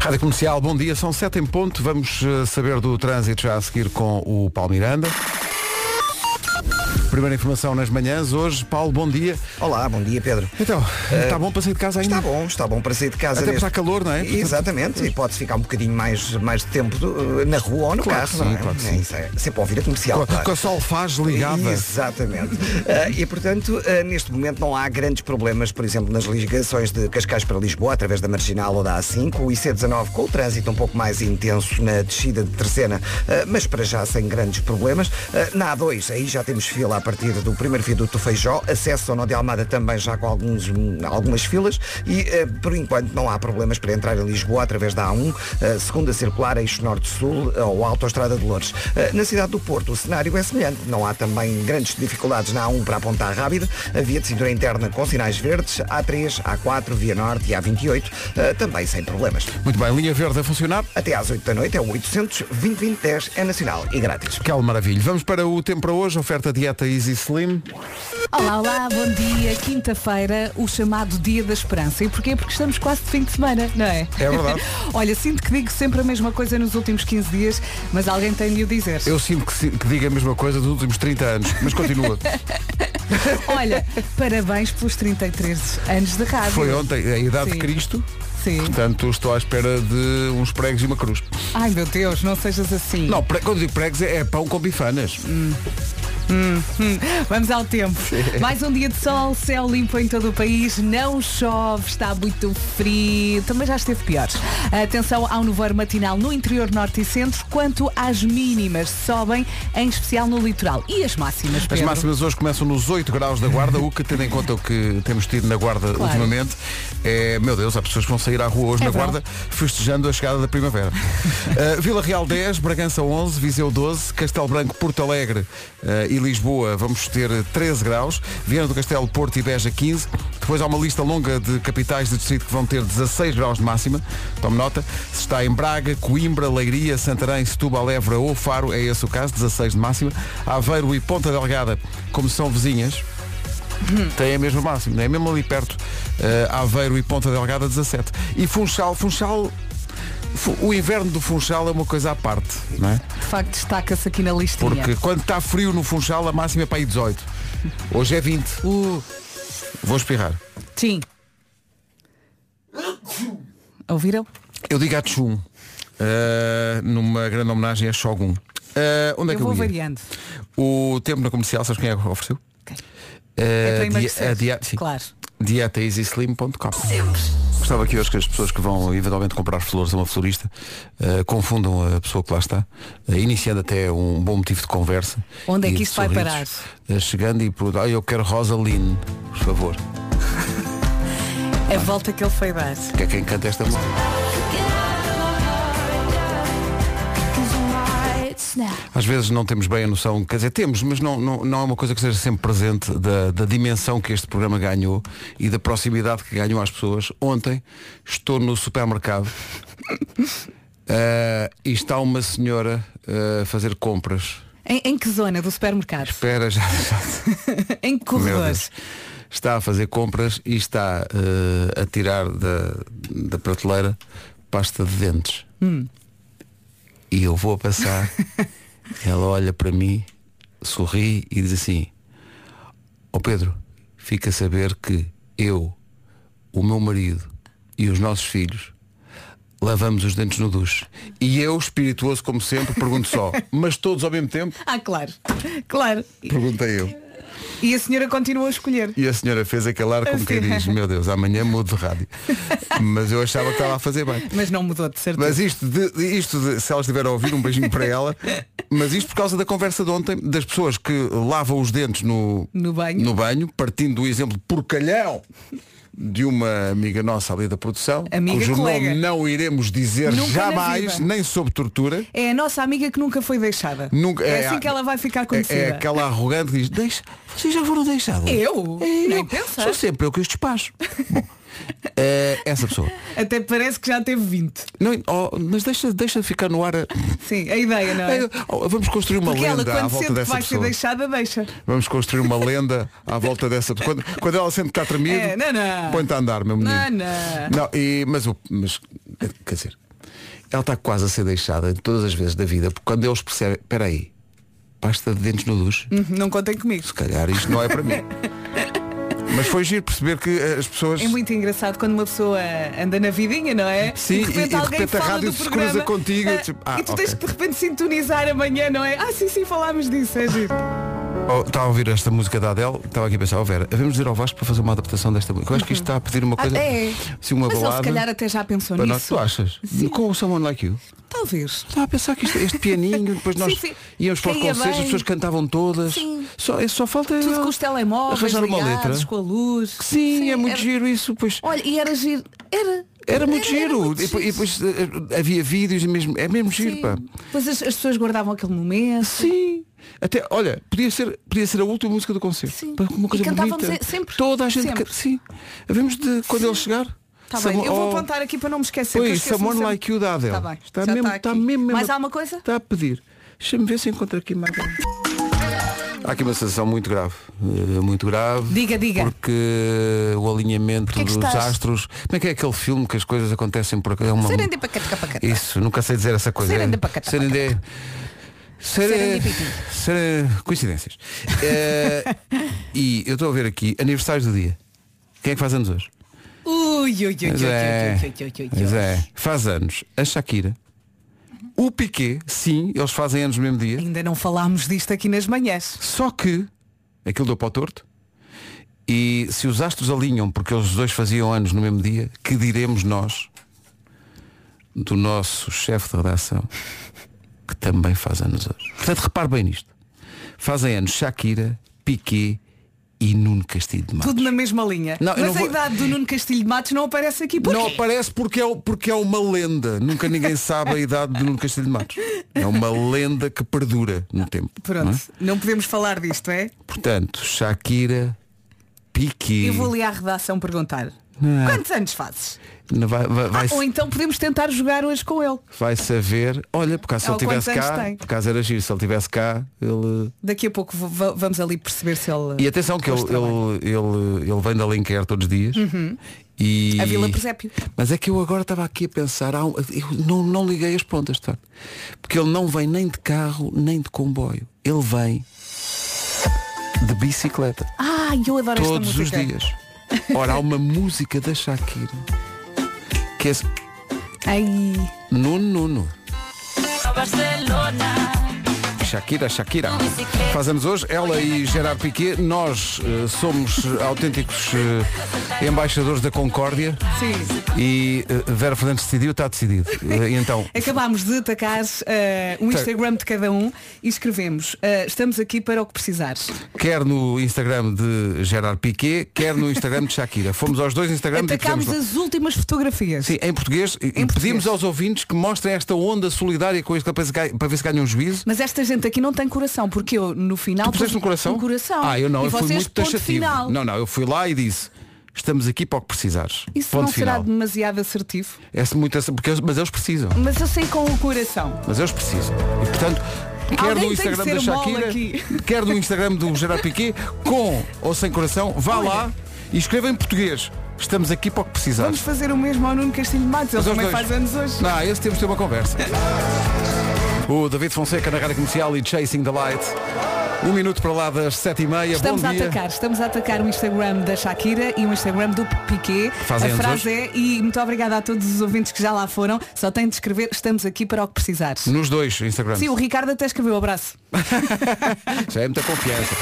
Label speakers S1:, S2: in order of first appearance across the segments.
S1: Rádio Comercial, bom dia, são 7 em ponto. Vamos eh, saber do trânsito já a seguir com o Paulo Miranda. Primeira informação nas manhãs, hoje, Paulo, bom dia.
S2: Olá, bom dia Pedro.
S1: Então, está bom para sair de casa ainda?
S2: Está bom, está bom para sair de casa.
S1: Até porque está calor, não é?
S2: Exatamente, e pode ficar um bocadinho mais, mais de tempo do- eh, na rua ou no
S1: Claro que
S2: carro.
S1: sim,
S2: não é?
S1: claro que
S2: É
S1: sim.
S2: isso, é sempre a ouvir a comercial.
S1: Com,
S2: claro.
S1: com a solfaz ligada.
S2: Exatamente. Ah, e portanto, ah, neste momento não há grandes problemas, por exemplo, nas ligações de Cascais para Lisboa, através da Marginal ou da A5, o IC19 com o trânsito um pouco mais intenso na descida de Terceira, ah, mas para já sem grandes problemas. Ah, na A2, aí já temos fila a partir do primeiro viaduto do Feijó, acesso ao Nó de Almada também já com alguns, hum, algumas filas e ah, por enquanto não há problemas para entrar em Lisboa através da A1, ah, segunda circular, eixo norte-sul ah, ou autoestrada de Lourdes. Ah, na cidade do Porto, o cenário é semelhante, não há também grandes dificuldades na A1 para apontar rápido, a via de cintura interna com sinais verdes, A3, A4, Via Norte e A28, ah, também sem problemas.
S1: Muito bem, linha verde a funcionar.
S2: Até às 8 da noite é o 800 2020 10, é nacional e grátis.
S1: Que maravilha. Vamos para o tempo para hoje, oferta dieta Easy Slim.
S3: Olá, olá, bom dia. Quinta-feira, o chamado Dia da Esperança. E porquê? Porque estamos quase de fim de semana, não é?
S1: É verdade.
S3: Olha, sinto que digo sempre a mesma coisa nos últimos 15 dias, mas alguém tem de o dizer.
S1: Eu sinto que, si- que digo a mesma coisa dos últimos 30 anos, mas continua.
S3: Olha, parabéns pelos 33 anos de rádio.
S1: Foi ontem, a idade de
S3: Sim.
S1: Cristo,
S3: Sim.
S1: portanto estou à espera de uns pregos e uma cruz.
S3: Ai meu Deus, não sejas assim.
S1: Não, pre- quando digo pregos é, é pão com bifanas.
S3: Vamos ao tempo. Mais um dia de sol, céu limpo em todo o país, não chove, está muito frio, também já esteve pior. Atenção ao nevoeiro matinal no interior norte e centro, quanto às mínimas, sobem, em especial no litoral. E as máximas,
S1: As
S3: Pedro?
S1: máximas hoje começam nos 8 graus da guarda, o que tendo em conta o que temos tido na guarda
S3: Claro.
S1: ultimamente, é, meu Deus, há pessoas que vão sair à rua hoje
S3: É
S1: na
S3: verão.
S1: guarda festejando a chegada da primavera. Uh, Vila Real 10, Bragança 11, Viseu 12, Castelo Branco, Porto Alegre uh, e Lisboa vamos ter 13 graus, Viana do Castelo, Porto e Beja 15, depois há uma lista longa de capitais de distrito que vão ter 16 graus de máxima, tome nota, se está em Braga, Coimbra, Leiria, Santarém, Setúbal, Évora ou Faro, é esse o caso, 16 de máxima, Aveiro e Ponta Delgada, como são vizinhas, tem a mesma máxima, é mesmo ali perto. eh, Aveiro e Ponta Delgada 17. E Funchal, Funchal. fu- O inverno do Funchal é uma coisa à parte, não é?
S3: De facto, destaca-se aqui na listinha.
S1: Porque quando está frio no Funchal, a máxima é para aí 18. Hoje é 20.
S3: O...
S1: Vou espirrar.
S3: Sim. Ouviram?
S1: Eu digo a Tchum, eh, numa grande homenagem a Shogun. Eh, onde é
S3: eu
S1: que eu
S3: vou
S1: ia?
S3: variando.
S1: O tempo na comercial, sabes quem é que ofereceu?
S3: Ok.
S1: Eh,
S3: É para
S1: di-
S3: emagrecer.
S1: a dia- sim.
S3: Claro.
S1: dietaeasyslim.com Gostava aqui hoje que as pessoas que vão eventualmente comprar flores a uma florista eh, confundam a pessoa que lá está, eh, iniciando até um bom motivo de conversa.
S3: Onde é
S1: e
S3: que
S1: de
S3: isto vai
S1: sorrisos,
S3: parar?
S1: eh, chegando e perguntando, ah, eu quero Rosaline, por favor.
S3: A volta que ele foi dar.
S1: Que é quem canta esta música. Às vezes não temos bem a noção, quer dizer, temos, mas não, não, não é uma coisa que seja sempre presente da, da dimensão que este programa ganhou e da proximidade que ganhou às pessoas. Ontem estou no supermercado eh, e está uma senhora eh, a fazer compras.
S3: Em, em que zona do supermercado?
S1: Espera, já, já,
S3: Em que
S1: meu
S3: corredor?
S1: Deus. Está a fazer compras e está eh, a tirar da, da prateleira pasta de dentes. E eu vou a passar, ela olha para mim, sorri e diz assim, ó Pedro, fica a saber que eu, o meu marido e os nossos filhos lavamos os dentes no duche. E eu, espirituoso como sempre, pergunto só, mas todos ao mesmo tempo?
S3: Ah, claro. Claro.
S1: Perguntei eu.
S3: E a senhora continua a escolher.
S1: E a senhora fez aquele ar como quem
S3: Sim.
S1: diz, meu Deus, amanhã mudo de rádio. Mas eu achava que estava a fazer bem.
S3: Mas não mudou de certeza.
S1: Mas isto, de, de- isto de- se ela estiver a ouvir, um beijinho para ela. Mas isto por causa da conversa de ontem, das pessoas que lavam os dentes no,
S3: No banho.
S1: partindo do exemplo porcalhão de uma amiga nossa ali da produção,
S3: Amiga
S1: cujo
S3: colega.
S1: nome não iremos dizer
S3: Nunca na
S1: jamais,
S3: vida.
S1: nem sob tortura.
S3: É a nossa amiga que nunca foi deixada.
S1: Nunca,
S3: é, assim que ela vai
S1: é-
S3: ficar conhecida.
S1: É, aquela arrogante que diz, deixa, vocês já foram deixados. É,
S3: Eu? Nem pensar.
S1: Sou sempre eu que os despacho. Bom, eh, essa pessoa.
S3: Até parece que já teve 20.
S1: Não, oh, mas deixa, deixa de ficar no ar. a-
S3: Sim, a ideia, não é?
S1: Eh, oh, vamos construir uma
S3: Tá Porque ela
S1: lenda à
S3: quando
S1: volta
S3: sente que
S1: dessa
S3: vai ser
S1: pessoa.
S3: deixada, deixa.
S1: Vamos construir uma lenda à volta dessa pessoa. Quando, quando ela sente que está tremido,
S3: É, não, não.
S1: põe-te a andar, meu menino.
S3: Não, não.
S1: Não, e, mas, o, mas, quer dizer, Ela está quase a ser deixada todas as vezes da vida, porque quando eles percebem, espera aí, pasta de dentes no duche,
S3: Uhum, Não contem comigo.
S1: se calhar isto não é para mim. Mas foi giro perceber que eh, as pessoas.
S3: É muito engraçado quando uma pessoa anda na vidinha, não é?
S1: Sim,
S3: e de repente
S1: e- e de
S3: alguém
S1: repente a
S3: fala
S1: rádio
S3: do
S1: se
S3: programa,
S1: cruza contigo e
S3: ah,
S1: tipo, ah,
S3: e tu tens
S1: ok.
S3: de repente sintonizar amanhã, não é? Ah, sim, sim, falámos disso, é giro.
S1: Oh, estava a ouvir esta música da Adele, estava aqui a pensar, oh Vera, devemos ir ao Vasco para fazer uma adaptação desta música. Eu acho que isto está a pedir uma
S3: Ah,
S1: coisa.
S3: é.
S1: Assim, uma
S3: Mas ele
S1: balada.
S3: se calhar até já pensou
S1: para nós,
S3: nisso.
S1: tu achas?
S3: Sim.
S1: Com o Someone Like You.
S3: Talvez.
S1: Estava a pensar que isto- este pianinho, depois nós
S3: Sim, sim.
S1: íamos para os
S3: Caía
S1: concertos,
S3: bem.
S1: as pessoas cantavam todas.
S3: Sim.
S1: Só, é, só falta
S3: Tudo com os telemóveis
S1: arranjar uma
S3: ligados,
S1: letra.
S3: com a luz.
S1: Sim, é muito
S3: era-
S1: giro isso. Pois,
S3: Olha, e era giro. Era.
S1: era muito giro.
S3: muito
S1: E depois- e depois eh, havia vídeos e mesmo. É mesmo giro,
S3: Sim.
S1: pá.
S3: Pois as, as pessoas guardavam aquele momento.
S1: Sim. Até, olha, podia ser, podia ser a última música do concerto.
S3: Sim.
S1: Pá, Uma
S3: E
S1: coisa
S3: cantávamos
S1: bonita.
S3: se- sempre.
S1: Toda a gente.
S3: Sempre.
S1: ca- Sim. Havemos de quando ele chegar.
S3: Tá bem, eu vou
S1: Samo-
S3: apontar aqui para não me esquecer.
S1: oh. Pois, Someone Like You da Adele.
S3: Está Tá bem,
S1: Está
S3: já
S1: mesmo,
S3: está
S1: está
S3: aqui.
S1: mesmo, mesmo
S3: Mais
S1: a-
S3: alguma coisa?
S1: Está a pedir. Deixa-me ver se encontro aqui mais alguma. Há aqui uma sensação muito grave, eh, muito grave.
S3: Diga, diga.
S1: Porque o alinhamento
S3: é que
S1: dos
S3: estás?
S1: astros. Como é que é aquele filme que as coisas acontecem por acaso? É uma... Isso, nunca sei dizer essa coisa.
S3: Serendipacata.
S1: Serendê. Sere...
S3: Serendipity.
S1: Sere... Coincidências. Eh, e eu estou a ver aqui aniversários do dia. Quem é que faz anos hoje?
S3: Ui, ui, ui, ui,
S1: Pois é.
S3: ui, ui, ui, ui, ui,
S1: Pois
S3: ui.
S1: é. Faz anos a Shakira. O Piqué, sim, eles fazem anos no mesmo dia.
S3: Ainda não falámos disto aqui nas manhãs.
S1: Só que aquilo deu para o torto. E se os astros alinham porque eles dois faziam anos no mesmo dia, que diremos nós do nosso chefe de redação que também faz anos hoje. Portanto, repare bem nisto. Fazem anos Shakira, Piqué e Nuno Castilho de Matos.
S3: Tudo na mesma linha.
S1: Não, eu
S3: Mas
S1: não
S3: a
S1: vou-
S3: idade do Nuno Castilho de Matos não aparece aqui. Porquê?
S1: Não aparece porque é, o- porque é uma lenda. Nunca ninguém sabe a idade de Nuno Castilho de Matos. É uma lenda que perdura no tempo. não
S3: Pronto,
S1: é?
S3: não podemos falar disto, é?
S1: Portanto, Shakira, Piqué.
S3: Eu vou ali à redação perguntar.
S1: Não. é?
S3: Quantos anos fazes?
S1: Não Vai, vai, vai,
S3: Ah, ou então podemos tentar jogar hoje com ele.
S1: vai saber. Olha, por acaso se
S3: Ah,
S1: ele estivesse
S3: quantos anos
S1: cá,
S3: tem?
S1: por acaso era giro, se ele estivesse cá, ele.
S3: Daqui a pouco v- v- vamos ali perceber se ele.
S1: E atenção que ele,
S3: Pois trabalho.
S1: ele, ele, ele vem da Linker todos os dias. E...
S3: Uhum. A Vila Presépio.
S1: Mas é que eu agora estava aqui a pensar, há um- eu não, não liguei as pontas, de facto. Porque ele não vem nem de carro, nem de comboio. Ele vem de bicicleta.
S3: Ah, eu adoro
S1: todos
S3: esta
S1: os
S3: música.
S1: dias. Ora, há uma música da Shakira. Que é esse-
S3: Ai,
S1: Nuno Nuno. Shakira, Shakira. Fazemos hoje, ela e Gerard Piquet, nós eh, somos eh, autênticos eh, embaixadores da concórdia
S3: sim.
S1: e eh, Vera Fernandes decidiu, está decidido. Eh, e então,
S3: Acabámos de atacar uh,
S1: Tá.
S3: o Instagram de cada um e escrevemos uh, Estamos aqui para o que precisares.
S1: quer no Instagram de Gerard Piquet, quer no Instagram de Shakira. Fomos aos dois Instagrams e
S3: Atacámos
S1: fizemos...
S3: as últimas fotografias.
S1: Sim, em português, e- e pedimos
S3: português.
S1: aos ouvintes que mostrem esta onda solidária com isto para ver se ganha- para ver se ganham um juízo.
S3: Mas esta gente aqui não tem coração, porque eu no final.
S1: Tu puseste no
S3: pus
S1: coração?
S3: Um coração.
S1: Ah, eu não,
S3: e
S1: eu fui
S3: vocês,
S1: muito
S3: ponto
S1: taxativo.
S3: Final.
S1: Não, não, eu fui lá e disse, estamos aqui para o que precisares.
S3: Isso
S1: ponto
S3: não será
S1: final.
S3: demasiado assertivo.
S1: É muito essa- porque eles- mas eles precisam.
S3: Mas eu sei com o coração.
S1: Mas eles precisam. E portanto, quer
S3: Alguém tem
S1: no
S3: que
S1: Instagram
S3: ser
S1: da
S3: mole
S1: Shakira,
S3: aqui.
S1: quer no Instagram do Gerard Piquet, com ou sem coração, vá
S3: Olha.
S1: lá e escreva em português. Estamos aqui para o que
S3: Vamos
S1: precisares.
S3: fazer o mesmo ao Nuno Castilho de Matos. Ele
S1: Mas aos
S3: também
S1: dois.
S3: é faz anos hoje.
S1: Não, esse temos de ter uma conversa. O David Fonseca na Rádio Comercial e Chasing the Light. Um minuto para lá das sete e meia.
S3: Estamos
S1: Bom
S3: a
S1: dia.
S3: atacar, estamos a atacar o Instagram da Shakira e o Instagram do Piqué.
S1: Fazem
S3: a
S1: anos
S3: frase é, e muito obrigada a todos os ouvintes que já lá foram, só têm de escrever, estamos aqui para o que precisares.
S1: Nos dois Instagrams.
S3: Sim, o Ricardo até escreveu abraço.
S1: Já é muita confiança.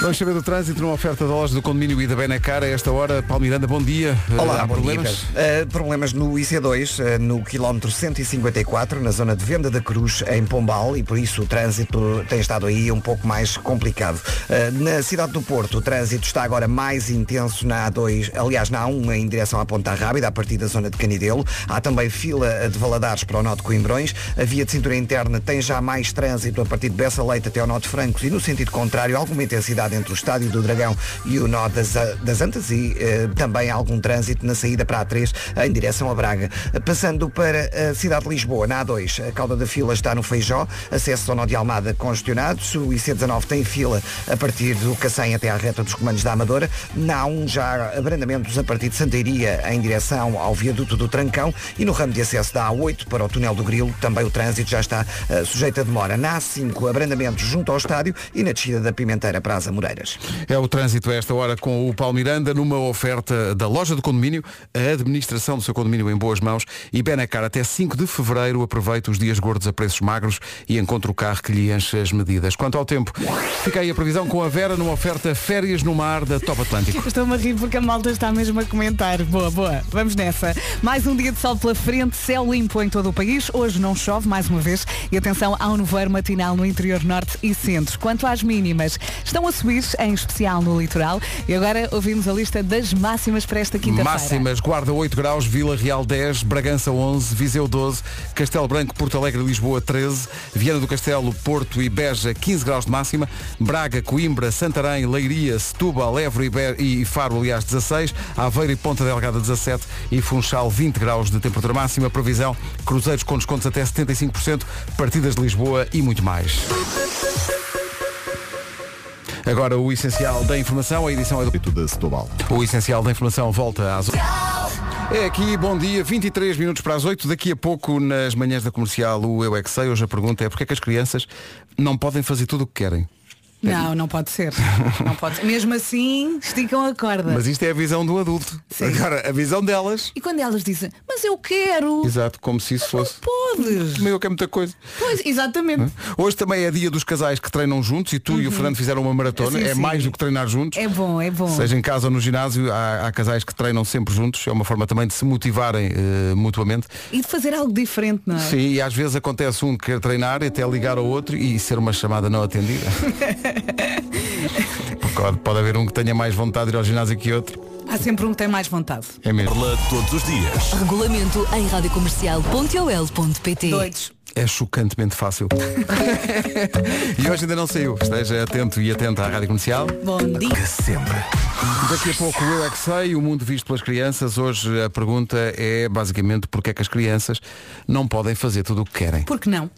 S1: Vamos saber do trânsito numa oferta da loja do condomínio e da Benacar a esta hora. Paulo Miranda, bom dia. Eh,
S2: Olá,
S1: Há
S2: bom dia,
S1: problemas?
S2: Pedro. Uh, problemas no IC2, uh, no quilómetro 154, na zona de Venda da Cruz, em Pombal, e por isso o trânsito tem estado aí um pouco mais complicado. Uh, na cidade do Porto, o trânsito está agora mais intenso na A2, aliás, na A1 em direção à Ponta Rábida, a partir da zona de Canidelo. Há também fila uh, de Valadares para o Norte de Coimbrões. A via de cintura interna tem já mais trânsito a partir da Bessa Leite até ao Nó de Francos e no sentido contrário, alguma intensidade entre o Estádio do Dragão e o Nó das, das Antas e eh, também algum trânsito na saída para a A3 em direção a Braga. Passando para a cidade de Lisboa, na A2, a cauda da fila está no Feijó, acesso ao Nó de Almada congestionado, o IC19 tem fila a partir do Cacém até à reta dos comandos da Amadora, na A1 já abrandamentos a partir de Santeiria em direção ao viaduto do Trancão e no ramo de acesso da A8 para o túnel do Grilo, também o trânsito já está eh, sujeito a demora. Na A5, abrandamentos junto ao estádio e na descida da Pimenteira para as Amoreiras.
S1: É o trânsito a esta hora com o Paulo Miranda numa oferta da loja do condomínio, a administração do seu condomínio em boas mãos e Benacar até 5 de fevereiro aproveita os dias gordos a preços magros e encontra o carro que lhe enche as medidas. Quanto ao tempo, fica aí a previsão com a Vera numa oferta Férias no Mar da Top Atlântico.
S3: Estou-me a rir porque a malta está mesmo a comentar. Boa, boa. Vamos nessa. Mais um dia de sol pela frente, céu limpo em todo o país. Hoje não chove, mais uma vez. E atenção ao nevoeiro matinal no interior norte e centro. Quanto às mínimas, estão a subir, em especial no litoral. E agora ouvimos a lista das máximas para esta quinta-feira.
S1: Máximas, Guarda 8 graus, Vila Real 10, Bragança 11, Viseu 12, Castelo Branco, Porto Alegre, Lisboa 13, Viana do Castelo, Porto e Beja 15 graus de máxima, Braga, Coimbra, Santarém, Leiria, Setúbal, Évora e, Be- e Faro, aliás, 16, Aveiro e Ponta Delgada 17 e Funchal 20 graus de temperatura máxima, previsão, cruzeiros com descontos até 75%, partidas de Lisboa e muito mais. Agora o essencial da informação, a edição é do...
S4: Pito de Setúbal.
S1: O essencial da informação volta às. É aqui, bom dia, 23 minutos para as 8. Daqui a pouco, nas manhãs da comercial, o Eu é que sei. Hoje a pergunta é porque é que as crianças não podem fazer tudo o que querem?
S3: Não, não pode ser. Não pode ser. Mesmo assim, esticam a corda.
S1: Mas isto é a visão do adulto. Agora, a visão delas.
S3: E quando elas dizem, mas eu quero,
S1: Exato, como se isso fosse.
S3: podes.
S1: Meu, que é muita coisa.
S3: Pois, exatamente.
S1: Hoje também é dia dos casais que treinam juntos e tu e o Fernando fizeram uma maratona.
S3: Uhum. Sim,
S1: é
S3: sim.
S1: mais do que treinar juntos.
S3: É bom, é bom.
S1: Seja em casa ou no ginásio, há, há casais que treinam sempre juntos. É uma forma também de se motivarem eh, mutuamente.
S3: E de fazer algo diferente, não é?
S1: Sim, e às vezes acontece um que quer treinar e até ligar ao outro e ser uma chamada não atendida. Porque pode- pode haver um que tenha mais vontade de ir ao ginásio que outro.
S3: Há sempre um que tem mais vontade.
S1: É mesmo.
S4: Orla todos os dias.
S5: Regulamento em radiocomercial.ol.pt
S3: Doidos.
S1: É chocantemente fácil. e hoje ainda não saiu. Esteja atento e atenta à rádio comercial.
S3: Bom dia.
S4: Sempre.
S1: Daqui a pouco eu é que sei, o mundo visto pelas crianças. Hoje a pergunta é basicamente porque é que as crianças não podem fazer tudo o que querem.
S3: Porque não?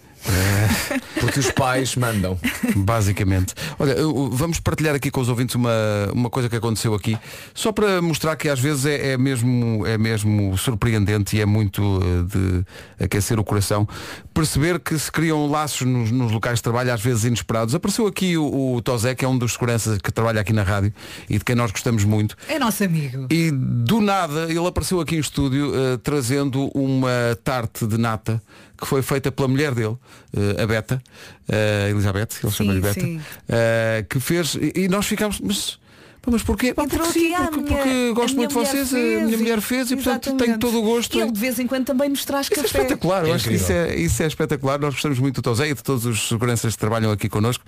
S6: Porque os pais mandam.
S1: Basicamente. Olha, eu- vamos partilhar aqui com os ouvintes uma, uma coisa que aconteceu aqui, só para mostrar que às vezes é, é mesmo, é mesmo surpreendente e é muito eh, de aquecer o coração perceber que se criam laços nos, nos locais de trabalho, às vezes inesperados. Apareceu aqui o, o Tozé, que é um dos seguranças que trabalha aqui na rádio e de quem nós gostamos muito.
S3: É nosso amigo.
S1: E do nada ele apareceu aqui em estúdio eh, trazendo uma tarte de nata que foi feita pela mulher dele, eh, a Beta, eh, Elizabeth, ele
S3: Sim,
S1: chama-lhe Beta,
S3: sim.
S1: eh, que fez, e, e nós ficámos, mas, pá, mas porquê? Pá,
S3: Entrou
S1: porque
S3: aqui
S1: sim,
S3: a
S1: porque,
S3: minha-
S1: porque
S3: a
S1: gosto
S3: minha
S1: muito de
S3: mulher
S1: vocês, a minha mulher fez e portanto tenho
S3: Exatamente.
S1: todo o gosto.
S3: E ele de vez em quando também nos traz
S1: Isso é
S3: café.
S1: espetacular, eu acho que isso é, isso é espetacular. Nós gostamos muito do Tozé e de todos os seguranças que trabalham aqui connosco.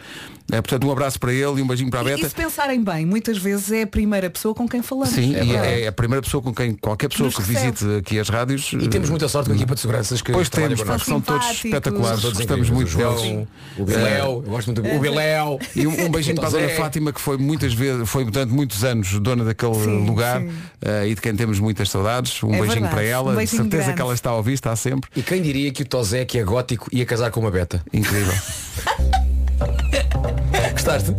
S1: Eh, portanto, um abraço para ele e um beijinho para a
S3: E,
S1: Beta.
S3: e se pensarem bem, muitas vezes é a primeira pessoa com quem falamos.
S1: Sim, e
S3: verdade.
S1: é a primeira pessoa com quem qualquer pessoa
S3: Nos
S1: que
S3: recebe.
S1: visite aqui as rádios. eh,
S6: E temos muita sorte com a equipa de seguranças que
S1: Hum. Pois
S6: trabalha
S1: temos,
S6: connosco.
S1: porque são todos
S3: Simpáticos.
S1: espetaculares,
S3: São
S6: Todos
S1: gostamos
S6: incríveis.
S1: muito
S6: o
S1: deles. É. Eh,
S6: João, o Biléu, eu gosto muito do o Biléu.
S1: E um, um beijinho para a Dona
S6: Zé.
S1: Fátima, que foi muitas vezes, foi durante muitos anos dona daquele
S3: Sim,
S1: lugar
S3: sim.
S1: eh, e de quem temos muitas saudades. Um
S3: É
S1: beijinho
S3: verdade,
S1: para ela,
S3: um
S1: de
S3: beijinho
S1: certeza
S3: grande.
S1: que ela está a ouvir, está sempre.
S6: E quem diria que o Tozé, que é gótico, ia casar com uma beta?
S1: Incrível.
S6: Gostaste?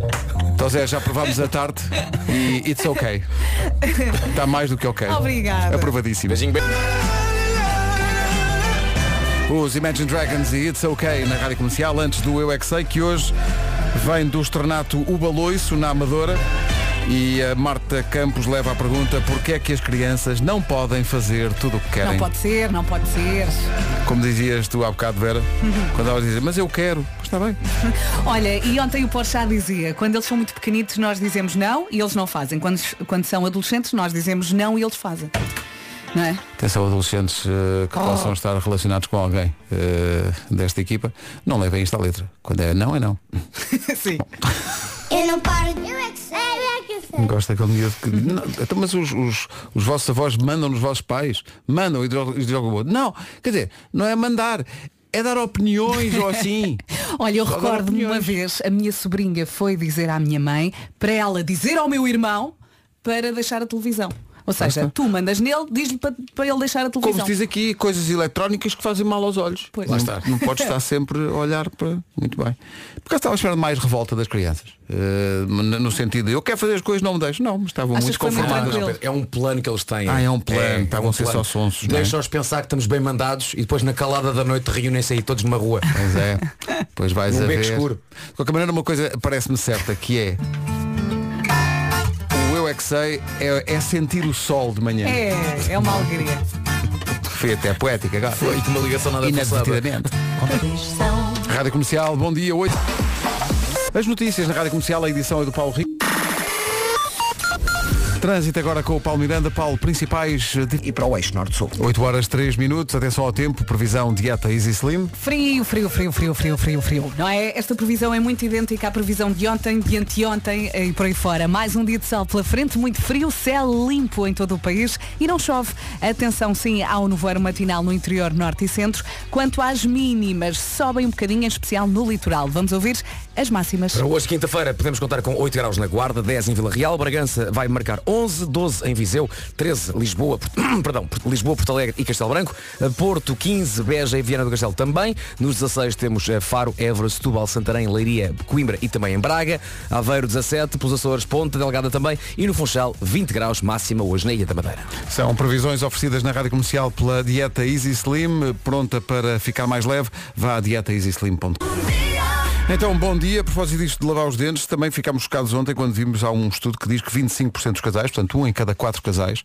S1: Então Zé, já provámos a tarde e it's ok. Está mais do que ok.
S3: Obrigada.
S1: Aprovadíssimo.
S6: Beijinho, beta.
S1: Os Imagine Dragons e It's OK na Rádio Comercial, antes do Eu É Que Sei, que hoje vem do estrenato Ubaloiço, na Amadora. E a Marta Campos leva a pergunta porquê é que as crianças não podem fazer tudo o que querem.
S3: Não pode ser, não pode ser.
S1: Como dizias tu há bocado, Vera,
S3: Uhum.
S1: quando elas dizem, mas eu quero, pois está bem.
S3: Olha, e ontem o Porchat dizia, quando eles são muito pequenitos nós dizemos não e eles não fazem. Quando, quando são adolescentes nós dizemos não e eles fazem. Não é?
S1: Atenção, adolescentes eh,
S3: Oh.
S1: que possam estar relacionados com alguém eh, desta equipa, não levem isto à letra. Quando é não, é não.
S3: Sim.
S7: Eu não paro. Eu é que sei, eu é que sei.
S1: Gosto daquele miúdo que. Não, então, mas os, os, os vossos avós mandam nos vossos pais? Mandam e jogam o outro. Não, quer dizer, não é mandar. é dar opiniões ou assim.
S3: Olha, eu
S1: Só dar
S3: recordo-me uma
S1: opiniões.
S3: vez, a minha sobrinha foi dizer à minha mãe para ela dizer ao meu irmão para deixar a televisão. Ou seja, tu mandas nele, diz-lhe para, para ele deixar a
S1: Como
S3: televisão.
S1: se diz aqui, coisas eletrónicas que fazem mal aos olhos.
S3: Pois.
S1: Não,
S3: Lá
S8: está.
S1: não podes estar sempre a olhar para. Muito bem. Porque eu estava esperando mais revolta das crianças. Eh, no no sentido de eu quero fazer as coisas, não me deixo. Não, mas estavam
S3: Achas
S1: muito
S3: que foi muito
S1: conformadas.
S3: tranquilo?
S8: É um plano que eles têm.
S1: Ah, é um plano. Tá, vão ser só
S8: plano.
S1: sonsos, não é?
S8: Deixa-os pensar que estamos bem mandados e depois na calada da noite reúnem-se aí todos numa rua.
S1: Pois é. Pois vais
S8: Num
S1: a ver.
S8: beco escuro.
S1: De qualquer maneira, uma coisa parece-me certa, que é. O Eu É Que Sei é, é sentir o sol de manhã.
S3: É, é uma alegria.
S1: Foi até poética agora.
S8: Foi uma ligação nada forçada.
S1: Inadvertidamente. Rádio Comercial, bom dia, 8. As notícias na Rádio Comercial, a edição é do Paulo Rico. Trânsito agora com o Paulo Miranda. Paulo, principais...
S9: E para o eixo norte-sul.
S1: 8 horas 3 minutos, atenção ao tempo, previsão dieta Easy Slim.
S3: Frio, frio, frio, frio, frio, frio, frio. Não é? Esta previsão é muito idêntica à previsão de ontem, de anteontem eh, e por aí fora. Mais um dia de sol pela frente, muito frio, céu limpo em todo o país e não chove. Atenção sim ao nevoeiro matinal no interior norte e centro. Quanto às mínimas, sobem um bocadinho, em especial no litoral. Vamos ouvir as máximas.
S8: Para Hoje, quinta-feira, podemos contar com 8 graus na Guarda, 10 em Vila Real, Bragança vai marcar 11, 12 em Viseu, 13 Lisboa, Port- perdão, Port- Lisboa, Porto Alegre e Castelo Branco, eh, Porto 15, Beja e Viana do Castelo também, nos 16 temos eh, Faro, Évora, Setúbal, Santarém, Leiria, Coimbra e também em Braga, Aveiro 17, pelos Açores, Ponta Delgada também e no Funchal 20 graus máxima hoje na Ilha da
S1: É
S8: Madeira.
S1: São previsões oferecidas na Rádio Comercial pela dieta Easy Slim, pronta para ficar mais leve, vá a dietaeasyslim.com. Então, bom dia. A propósito disto de lavar os dentes, também ficámos chocados ontem quando vimos há um estudo que diz que 25% dos casais, portanto um em cada quatro casais,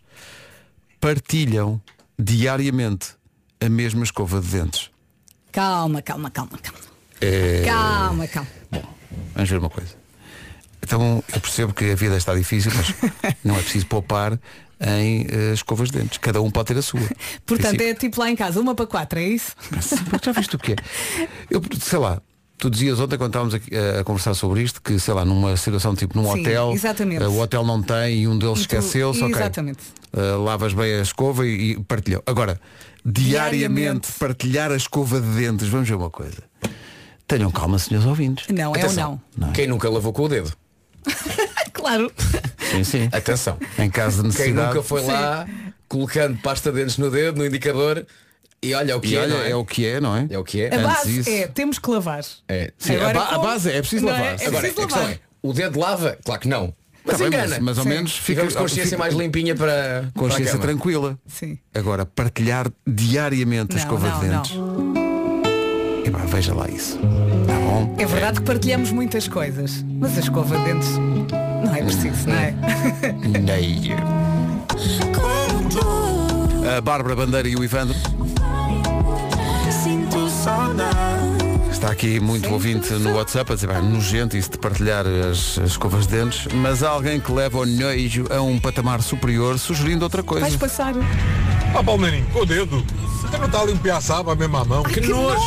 S1: partilham diariamente a mesma escova de dentes.
S3: Calma, calma, calma, calma. É.
S8: É.
S3: Calma, calma.
S1: Vamos ver uma coisa. Então, eu percebo que a vida está difícil, mas não é preciso poupar em eh, escovas de dentes. Cada um pode ter a sua.
S3: Portanto,
S1: Princípio.
S3: é tipo lá em casa, uma para quatro, é isso?
S1: Porque já viste o que é? Eu, sei lá, tu dizias ontem quando estávamos aqui, eh, a, conversar sobre isto, que sei lá, numa situação tipo num
S3: Sim,
S1: hotel,
S3: exatamente.
S1: eh, o hotel não tem e um deles
S3: E tu-
S1: esqueceu-se, ok.
S3: exatamente.
S1: Eh, lavas bem a escova e, e partilhou. Agora, diariamente
S3: Diariamente.
S1: partilhar a escova de dentes, vamos ver uma coisa. Tenham calma, senhores ouvintes.
S3: Não,
S8: Atenção.
S3: é
S1: Não é?
S8: Quem nunca lavou com o
S3: ou
S8: dedo?
S3: não. Claro.
S1: Sim, sim.
S8: Atenção.
S1: Em caso de
S8: Quem
S1: necessidade.
S8: nunca foi lá colocando pasta de dentes no dedo, no indicador e olha o que
S1: E
S8: é,
S1: olha,
S8: não
S1: é o que é, não é?
S8: É o que
S3: A
S8: é.
S1: Antes Tá
S3: base
S1: isso-
S3: é, temos que lavar.
S8: É.
S1: Sim, a,
S3: Agora
S1: ba- a
S3: como-
S1: base é, é preciso
S3: Não é?
S1: lavar.
S3: É
S1: Agora,
S8: Agora, a
S3: preciso
S8: questão
S3: lavar.
S8: é, o dedo lava? Claro que não. Mas
S1: tá bem,
S8: engana.
S1: mas, mas ao
S3: Sim.
S1: menos fica
S8: Ficamos com consciência
S1: fica-
S8: mais limpinha para
S1: consciência
S8: para a cama.
S1: tranquila.
S3: Sim.
S1: Agora, partilhar diariamente a
S3: Não,
S1: escova
S3: não,
S1: de dentes. Epá, veja lá isso. Tá bom?
S3: É verdade que partilhamos muitas coisas, mas a escova de dentes não é preciso, não é?
S1: Nei. A Bárbara Bandeira e o Ivandro. Está aqui muito ouvinte no WhatsApp a dizer, "Pá, nojento isso de partilhar as, as escovas de dentes, mas há alguém que leva o nojo a um patamar superior sugerindo outra coisa.
S3: Vais passar.
S10: Ah, Palmeirinho, com o dedo. Você não tá está a limpar a saba mesmo a mão.
S3: Que nojo!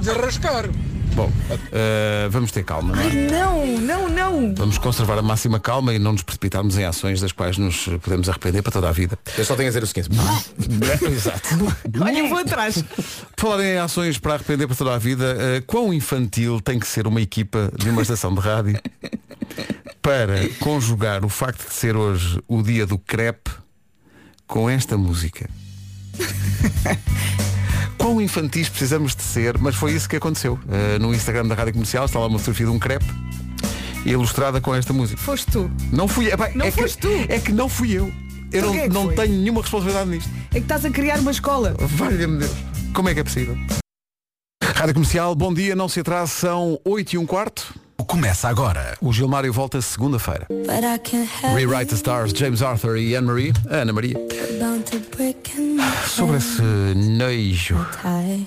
S10: Desarrascar.
S1: Bom, eh, vamos ter calma, não é?
S3: Ai, não, não, não!
S1: Vamos conservar a máxima calma e não nos precipitarmos em ações das quais nos podemos arrepender para toda a vida.
S8: Eu só tenho a dizer o seguinte.
S1: Né? Exato.
S3: Olha, eu vou atrás.
S1: Por Falar em ações para arrepender para toda a vida, eh, quão infantil tem que ser uma equipa de uma estação de rádio para conjugar o facto de ser hoje o dia do crepe com esta música? Quão infantis precisamos de ser, mas foi isso que aconteceu. Eh, no Instagram da Rádio Comercial está lá uma fotografia de um crepe ilustrada com esta música.
S3: Foste tu.
S1: Não fui epá,
S3: Não
S1: é
S3: foste
S1: que,
S3: tu.
S1: É que não fui eu. Eu não,
S3: Então quem é que
S1: não
S3: foi?
S1: tenho nenhuma responsabilidade nisto.
S3: É que estás a criar uma escola.
S1: Valha-me Deus. Como é que é possível? Rádio Comercial, bom dia, não se atrase, são 8 e um quarto. Começa agora. O Gilmário volta segunda-feira. Rewrite the Stars, James Arthur e Anne Marie. Ana Maria. Sobre esse nojo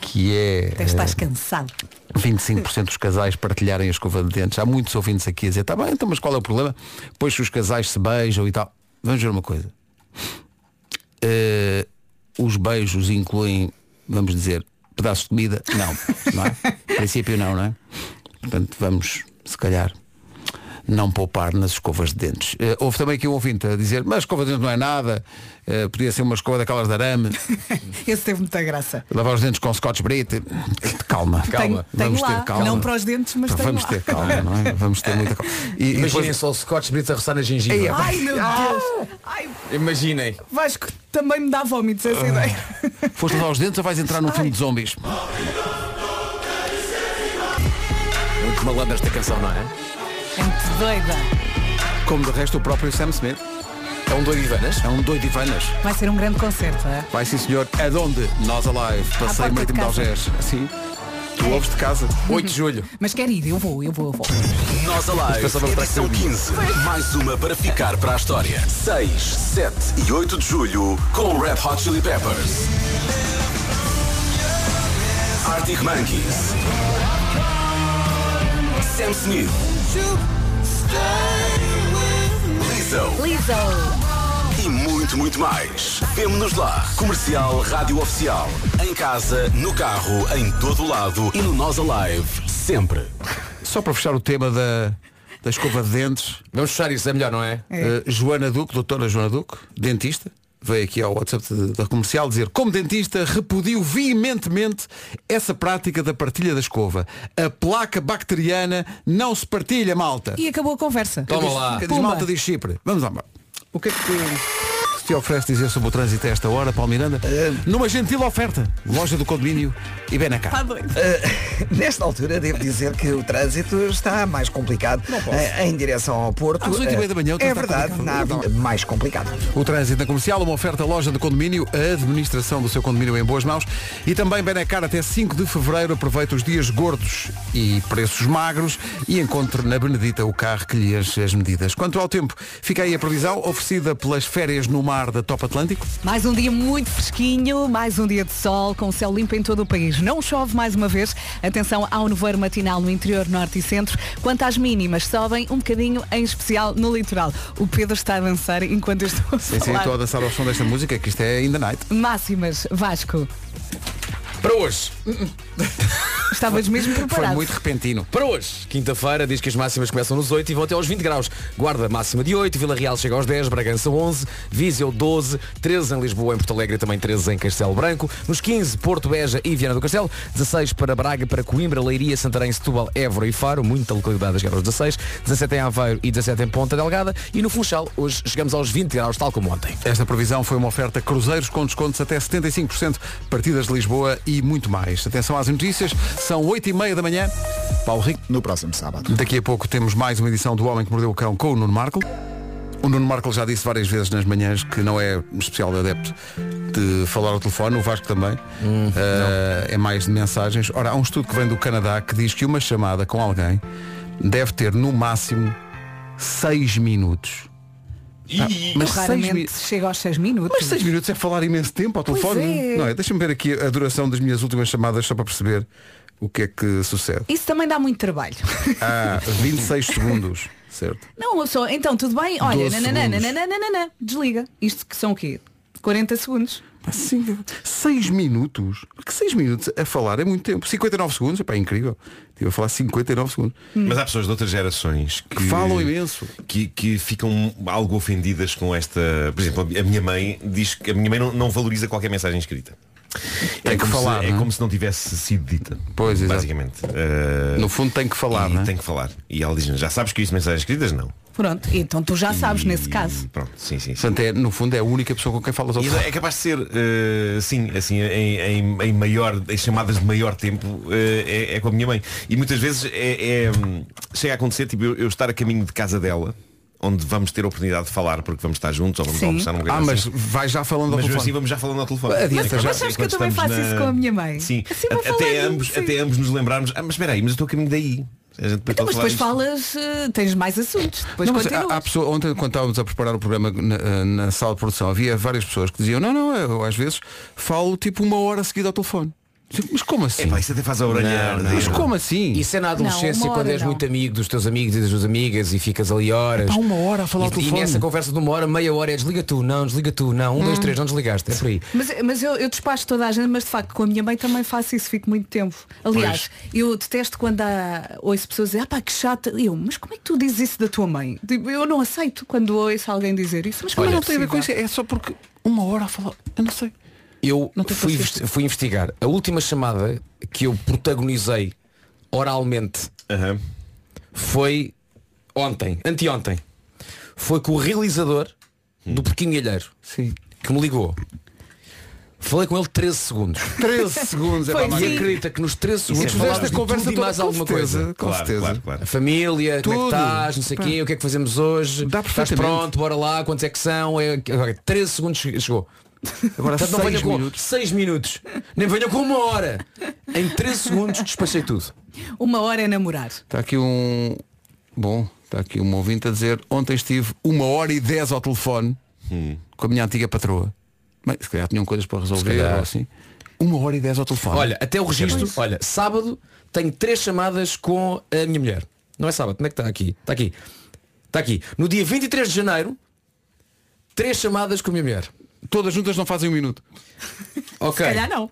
S1: que é
S3: Até estás cansado.
S1: eh, 25% dos casais partilharem a escova de dentes. Há muitos ouvintes aqui a dizer, tá bem, então mas qual é o problema? Pois se os casais se beijam e tal. Vamos ver uma coisa. Eh, os beijos incluem, vamos dizer, pedaços de comida? Não, não é? Em princípio não, não é? Portanto, vamos, se calhar, não poupar nas escovas de dentes. Eh, houve também aqui um ouvinte a dizer, mas escova de dentes não é nada, eh, podia ser uma escova daquelas de arame,
S3: Esse teve muita graça.
S1: lavar os dentes com Scotch Brite. Calma,
S6: Calma.
S3: Tenho- tenho
S1: vamos
S3: lá.
S1: ter calma.
S3: Não para os dentes, mas tenho
S1: Vamos
S3: lá.
S1: ter calma, não é? Vamos ter muita calma. E, e
S8: Imaginem
S1: depois-
S8: só o Scotch Brito a roçar na gengiva.
S3: Ai meu Deus! Ai,
S8: Imaginem.
S3: Vasco, também me dá vómitos essa ideia.
S1: Foste lavar os dentes ou vais entrar num filme de zombies?
S8: Muito malandro esta canção, não é?
S3: É muito doida.
S1: Como de resto o próprio Sam Smith.
S8: É um doido Ivanas.
S1: É um doido e vanas.
S3: Vai ser um grande concerto, é?
S1: Vai sim senhor, aonde? Nós Alive. Passei
S3: porta de
S1: marítimo de
S3: casa.
S1: Algés. Sim. Tu ouves de casa.
S8: 8 de julho.
S3: Mas quero ir, eu vou, eu vou, eu vou.
S10: Nós Alive, edição 15. Mais uma para ficar para a história. 6, 7 e 8 de julho com Red Hot Chili Peppers. Arctic Monkeys. Sam Smith. Lizzo.
S5: Lizzo.
S10: E muito, muito mais. Vemo-nos lá. Comercial Rádio Oficial. Em casa, no carro, em todo lado e no Nós Alive. Sempre.
S1: Só para fechar o tema da, da escova de dentes,
S8: Vamos fechar isso, é melhor, não é?
S1: eh, Joana Duque, doutora Joana Duque, dentista, veio aqui ao WhatsApp de- da comercial dizer, como dentista, repudio veementemente essa prática da partilha da escova. A placa bacteriana não se partilha, malta.
S3: E acabou a conversa.
S8: Toma lá.
S1: Que diz
S3: Pumba.
S1: malta diz Chipre. Vamos lá. Mar. O que é que te, se te oferece dizer sobre o trânsito a esta hora, Paulo Miranda? Numa gentil oferta. Loja do condomínio e bem na cara.
S3: Tá doido.
S2: Nesta altura, devo dizer que o trânsito está mais complicado eh, em direção ao Porto.
S1: Às oito e meia
S2: Eh,
S1: da manhã o
S2: É
S1: trânsito está
S2: verdade, na
S1: complicado.
S2: Avenida- mais complicado.
S1: O trânsito na comercial, uma oferta loja de condomínio, a administração do seu condomínio em boas mãos e também Benacar até 5 de fevereiro. Aproveita os dias gordos e preços magros e encontre na Benedita o carro que lhe enche as medidas. Quanto ao tempo, fica aí a previsão oferecida pelas férias no mar da Top Atlântico.
S3: Mais um dia muito fresquinho, mais um dia de sol, com céu limpo em todo o país. Não chove mais uma vez. Atenção ao nevoeiro matinal no interior, norte e centro. Quanto às mínimas, sobem um bocadinho, em especial no litoral. O Pedro está a dançar enquanto eu estou a
S1: Sim, sim, estou a
S3: falar.
S1: dançar ao som desta música, que isto é In the Night.
S3: Máximas, Vasco,
S8: Para hoje.
S3: estavas mesmo
S1: Foi
S3: preparado.
S1: muito repentino.
S8: Para hoje, quinta-feira, diz que as máximas começam nos 8 e vão até aos 20 graus. Guarda máxima de 8, Vila Real chega aos 10, Bragança 11, Viseu 12, 13 em Lisboa, em Porto Alegre e também 13 em Castelo Branco. Nos 15, Porto Beja e Viana do Castelo. 16 para Braga, para Coimbra, Leiria, Santarém, Setúbal, Évora e Faro. Muita localidade a chegar aos 16. 17 em Aveiro e 17 em Ponta Delgada. E no Funchal, hoje chegamos aos 20 graus, tal como ontem.
S1: Esta previsão foi uma oferta cruzeiros com descontos até 75%, partidas de Lisboa e muito mais. Atenção às notícias, são 8h30 da manhã. Paulo Rico.
S11: No próximo sábado.
S1: Daqui a pouco temos mais uma edição do Homem que Mordeu o Cão com o Nuno Marco. O Nuno Marco já disse várias vezes nas manhãs que não é especial adepto de falar ao telefone, o Vasco também. Ah, é mais de mensagens. Ora, há um estudo que vem do Canadá que diz que uma chamada com alguém deve ter no máximo 6 minutos. Ah, mas
S3: Raramente
S1: mi-
S3: chega aos 6 minutos.
S1: mas 6 minutos é falar imenso tempo ao telefone.
S3: é.
S1: Não é? Deixa-me ver aqui a duração das minhas últimas chamadas só para perceber o que é que sucede. Ah,
S3: Isso também dá muito trabalho.
S1: Há 26 segundos, certo?
S3: Não, uma pessoa, então tudo bem? Olha,
S1: 12
S3: nananã,
S1: segundos.
S3: nananã, nananã, desliga. Isto que são o quê? 40 segundos.
S1: Assim, 6 minutos? Que 6 minutos a falar é muito tempo. 59 segundos, epá, é incrível. Estive a falar 59 segundos.
S12: Mas há pessoas de outras gerações que,
S1: falam imenso.
S12: Que, que ficam algo ofendidas com esta. Por exemplo, a minha mãe diz que a minha mãe não, não valoriza qualquer mensagem escrita.
S1: Tem que
S12: como
S1: falar,
S12: Se,
S1: não
S12: é
S1: é?
S12: como se não tivesse sido dita.
S1: Pois, exato.
S12: basicamente. Eh,
S1: No fundo tem que falar,
S12: e
S1: não é?
S12: tem que falar. E ela diz já sabes que isso mensagens escritas? Não.
S3: Pronto, então tu já sabes
S12: E-
S3: nesse caso.
S12: Pronto, sim, sim. sim.
S1: Portanto, é, no fundo é a única pessoa com quem falas ao
S12: E
S1: telefone.
S12: é capaz de ser, eh, sim, assim, em, em- em maior, em chamadas de maior tempo, eh, é, é com a minha mãe. E muitas vezes é, é, hum, chega a acontecer, tipo, eu, eu estar a caminho de casa dela, onde vamos ter a oportunidade de falar, porque vamos estar juntos, ou vamos
S3: Sim.
S12: almoçar num lugar
S1: Ah,
S12: assim.
S1: mas vai já falando ao
S12: Mas mesmo assim
S1: telefone.
S12: vamos já falando ao telefone.
S1: Adianta,
S12: Enquanto-
S1: já.
S3: Mas sabes que eu
S12: enquanto
S3: também
S12: estamos
S3: faço isso com a minha mãe?
S12: Sim,
S3: Assim vou
S12: até,
S3: falando,
S12: ambos,
S3: sim.
S12: até ambos nos lembrarmos, ah, mas espera aí, mas eu estou a caminho daí. A gente
S3: Então, mas
S12: pode falar
S3: depois
S12: disto.
S3: falas, eh, tens mais assuntos. Depois
S1: Não, mas ah,
S3: continuas.
S1: há, há pessoa, ontem quando estávamos a preparar o programa na, na sala de produção, havia várias pessoas que diziam, não, não, eu às vezes falo tipo uma hora seguida ao telefone. Mas como assim?
S12: Epá, isso até faz a orelha.
S8: Não,
S12: arder.
S1: Mas como assim?
S8: Isso é na adolescência
S3: uma hora
S8: quando és
S3: não.
S8: muito amigo dos teus amigos e das tuas amigas e ficas ali horas.
S1: Epá, uma hora a falar
S8: e,
S1: ao telefone.
S8: E nessa conversa de uma hora, meia hora é desliga tu, não, desliga tu, não, um, dois, três, não desligaste. É por aí.
S3: Mas, mas eu, eu despacho toda a gente, mas de facto com a minha mãe também faço isso, fico muito tempo. Aliás, eu detesto quando há, ouço pessoas dizer, ah pá, que chata. E Eu, mas como é que tu dizes isso da tua mãe? Tipo, Eu não aceito quando ouço alguém dizer isso. Mas como
S1: Mas
S3: é
S1: não tem a ver com isso,
S3: possível?
S1: é só porque uma hora a falar. Eu não sei.
S8: Eu
S1: Não tem
S8: fui,
S1: paciência.
S8: investi- fui investigar. A última chamada que eu protagonizei oralmente
S12: Aham.
S8: foi ontem, anteontem. Foi com o realizador do Porquinho Alheiro
S1: Sim.
S8: que me ligou. Falei com ele 13 segundos.
S1: 13 segundos é
S3: Foi,
S1: para
S8: E
S1: mais.
S3: sim.
S8: acredita que nos 13 segundos
S1: Mas
S8: falámos é de tudo e
S1: toda,
S8: mais
S1: com
S8: alguma
S1: certeza,
S8: coisa.
S1: Com
S12: Claro,
S1: certeza.
S12: claro, claro.
S8: A família, como é
S1: Tudo.
S8: que estás, não sei o quê, o que é que fazemos hoje,
S1: Dá
S8: estás
S1: perfeitamente.
S8: pronto, bora lá, quantos é que são? É, agora, 13 segundos che- chegou.
S1: Agora
S8: Portanto, não
S1: seis
S8: venha com
S1: minutos.
S8: 6 minutos, nem venha com uma hora. Em 13 segundos despachei tudo.
S3: Uma hora é namorar.
S1: Está aqui um. Bom, está aqui um ouvinte a dizer, ontem estive uma hora e dez ao telefone com a minha antiga patroa. Mas se calhar tinham coisas para resolver
S8: calhar.
S1: ou assim. Uma hora e dez ao telefone.
S8: Olha, até o registro, olha, sábado tenho 3 chamadas com a minha mulher. Não é sábado, onde é que está aqui? Está aqui. Está aqui. No dia 23 de janeiro, 3 chamadas com a minha mulher.
S1: todas juntas não fazem um minuto.
S8: Ok.
S1: É.
S3: Calhar não.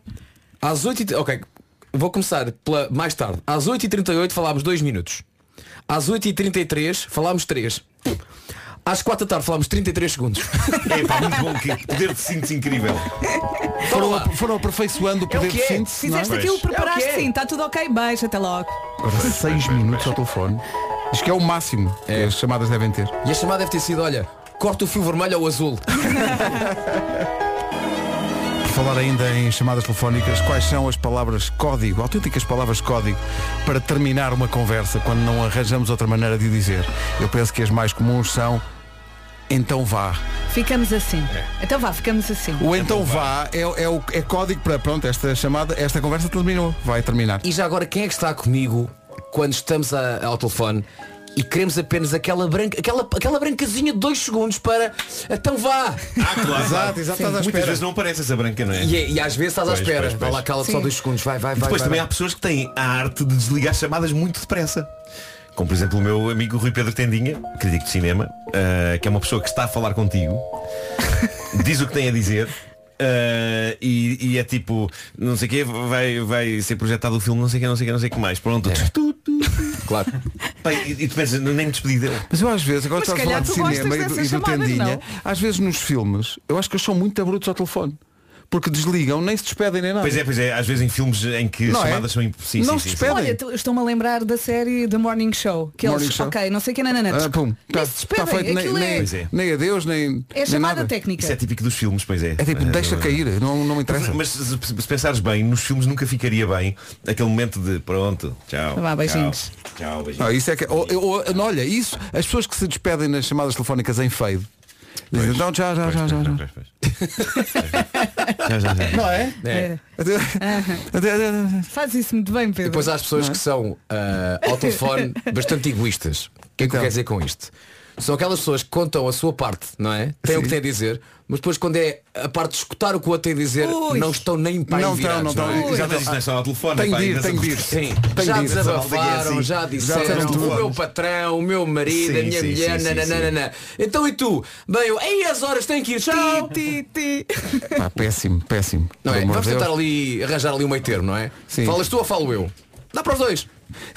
S8: Às 8 e... Ok, vou começar pela... mais tarde. Às 8h38 falámos 2 minutos. Às 8h33 falámos 3. Às 4 da tarde falámos 33 segundos.
S12: É pá, muito bom que poder de síntese incrível.
S1: Foram,
S12: Então
S8: lá.
S1: ap- foram aperfeiçoando o
S8: É o
S1: poder
S8: que
S1: de
S8: é.
S1: síntese. não é?
S3: Fizeste aquilo, preparaste
S8: É o quê?
S3: sim, está tudo ok, beijo, até logo.
S1: Agora, seis minutos ao telefone. Diz que é o máximo que as chamadas devem ter.
S8: E a chamada deve ter sido, olha, corta o fio vermelho ao azul.
S1: Por falar ainda em chamadas telefónicas, quais são as palavras código, autênticas palavras código, para terminar uma conversa quando não arranjamos outra maneira de o dizer? Eu penso que as mais comuns são então vá.
S3: Ficamos assim.
S1: É.
S3: Então vá, ficamos assim.
S1: O então vá é, é o, é código para, pronto, esta chamada, esta conversa terminou, vai terminar.
S8: E já agora, quem é que está comigo quando estamos a- ao telefone e queremos apenas aquela, branca, aquela, aquela brancazinha de 2 segundos para... Então vá!
S12: Ah, claro.
S1: Exato, exato, estás à
S12: Muitas
S1: espera.
S12: vezes não aparece essa branca, não é?
S8: E, é- e às vezes estás à
S12: Pois,
S8: espera.
S12: pois, pois.
S8: Vai lá, cala só
S3: Sim.
S8: 2 segundos. Vai, vai, vai.
S12: Depois
S8: vai,
S12: também é
S8: vai.
S12: há pessoas que têm a arte de desligar chamadas muito depressa. Como por exemplo o meu amigo Rui Pedro Tendinha, crítico de cinema, ah, que é uma pessoa que está a falar contigo, diz o que tem a dizer. ah, e, e é tipo, não sei o quê, vai, vai ser projetado o filme, não sei o quê, não sei o quê, não sei o que mais. Pronto.
S1: É.
S12: Tu, tu, tu.
S8: Claro.
S12: Pá, e, e tu pensas, nem me despedi dele.
S1: Mas eu às vezes, agora
S3: Mas
S1: estás a falar
S3: se calhar
S1: de
S3: tu gostas
S1: cinema e do, e
S3: dessas
S1: do
S3: chamadas,
S1: Tendinha,
S3: não?
S1: às vezes nos filmes, eu acho que eles são muito abrutos ao telefone. Porque desligam, nem se despedem nem nada.
S12: Pois é, pois é, às vezes em filmes em que
S1: Não é?
S12: chamadas são impossíveis.
S1: Não se despede. Pedem.
S3: Olha, t- estou-me a lembrar da série The Morning Show. Que
S1: Morning
S3: eles,
S1: Show.
S3: ok, não sei quem, não, não, não.
S1: Ah, pum,
S3: Nem
S1: tá-
S3: se
S1: tá feito,
S3: despedem,
S1: nem,
S3: aquilo é,
S1: nem,
S12: Pois é.
S1: nem adeus, nem.
S3: é
S1: nem
S3: chamada
S1: nada.
S3: técnica.
S12: Isso é típico dos filmes, pois é.
S1: É tipo, deixa cair, não, não me interessa.
S12: Mas se, se pensares bem, nos filmes nunca ficaria bem aquele momento de pronto, tchau.
S3: Vá,
S12: tchau,
S3: beijinhos.
S12: Tchau, beijinhos.
S1: Ah, isso é que, ou, ou- não, olha, isso, as pessoas que se despedem nas chamadas telefónicas em fade. Dizem, não, já, já,
S12: Pois,
S1: já,
S12: pois,
S1: já.
S12: pois,
S1: já.
S12: pois, pois. Já, já, já.
S1: Não é?
S8: É.
S1: Até- até- até-
S3: Faz isso muito bem, Pedro. é?
S8: Depois há as pessoas que são ah, ao telefone bastante egoístas. O que é que
S1: Então.
S8: eu quero dizer com isto? São aquelas pessoas que contam a sua parte, não é? Têm o que têm a dizer, mas depois quando é a parte de escutar o que o outro tem a dizer,
S3: Ui.
S8: não estão nem para
S1: Não
S8: aí virados,
S1: estão, não estão.
S8: é?
S12: Já mas isto não é só ao telefone,
S1: Tenho
S12: pá,
S1: de ir,
S12: ainda
S1: tenho
S12: são-
S1: de ir.
S8: Sim,
S1: Tem
S8: já
S1: de ir.
S8: desabafaram,
S12: Sim.
S8: já disseram,
S1: disseram tudo.
S8: o meu patrão, o meu marido, a
S12: Sim,
S8: minha
S12: sim,
S8: mulher,
S12: sim, sim,
S8: nananana. Então e tu? Bem, eu, ei, as horas têm que ir, tchau!
S3: Ti, ti, ti.
S1: Pá, péssimo, péssimo.
S8: Não
S1: Pelo
S8: é?
S1: amor
S8: Vamos
S1: de Deus.
S8: tentar ali, arranjar ali um meio termo, não é?
S1: Sim.
S8: Falas tu ou falo eu? Dá para os dois.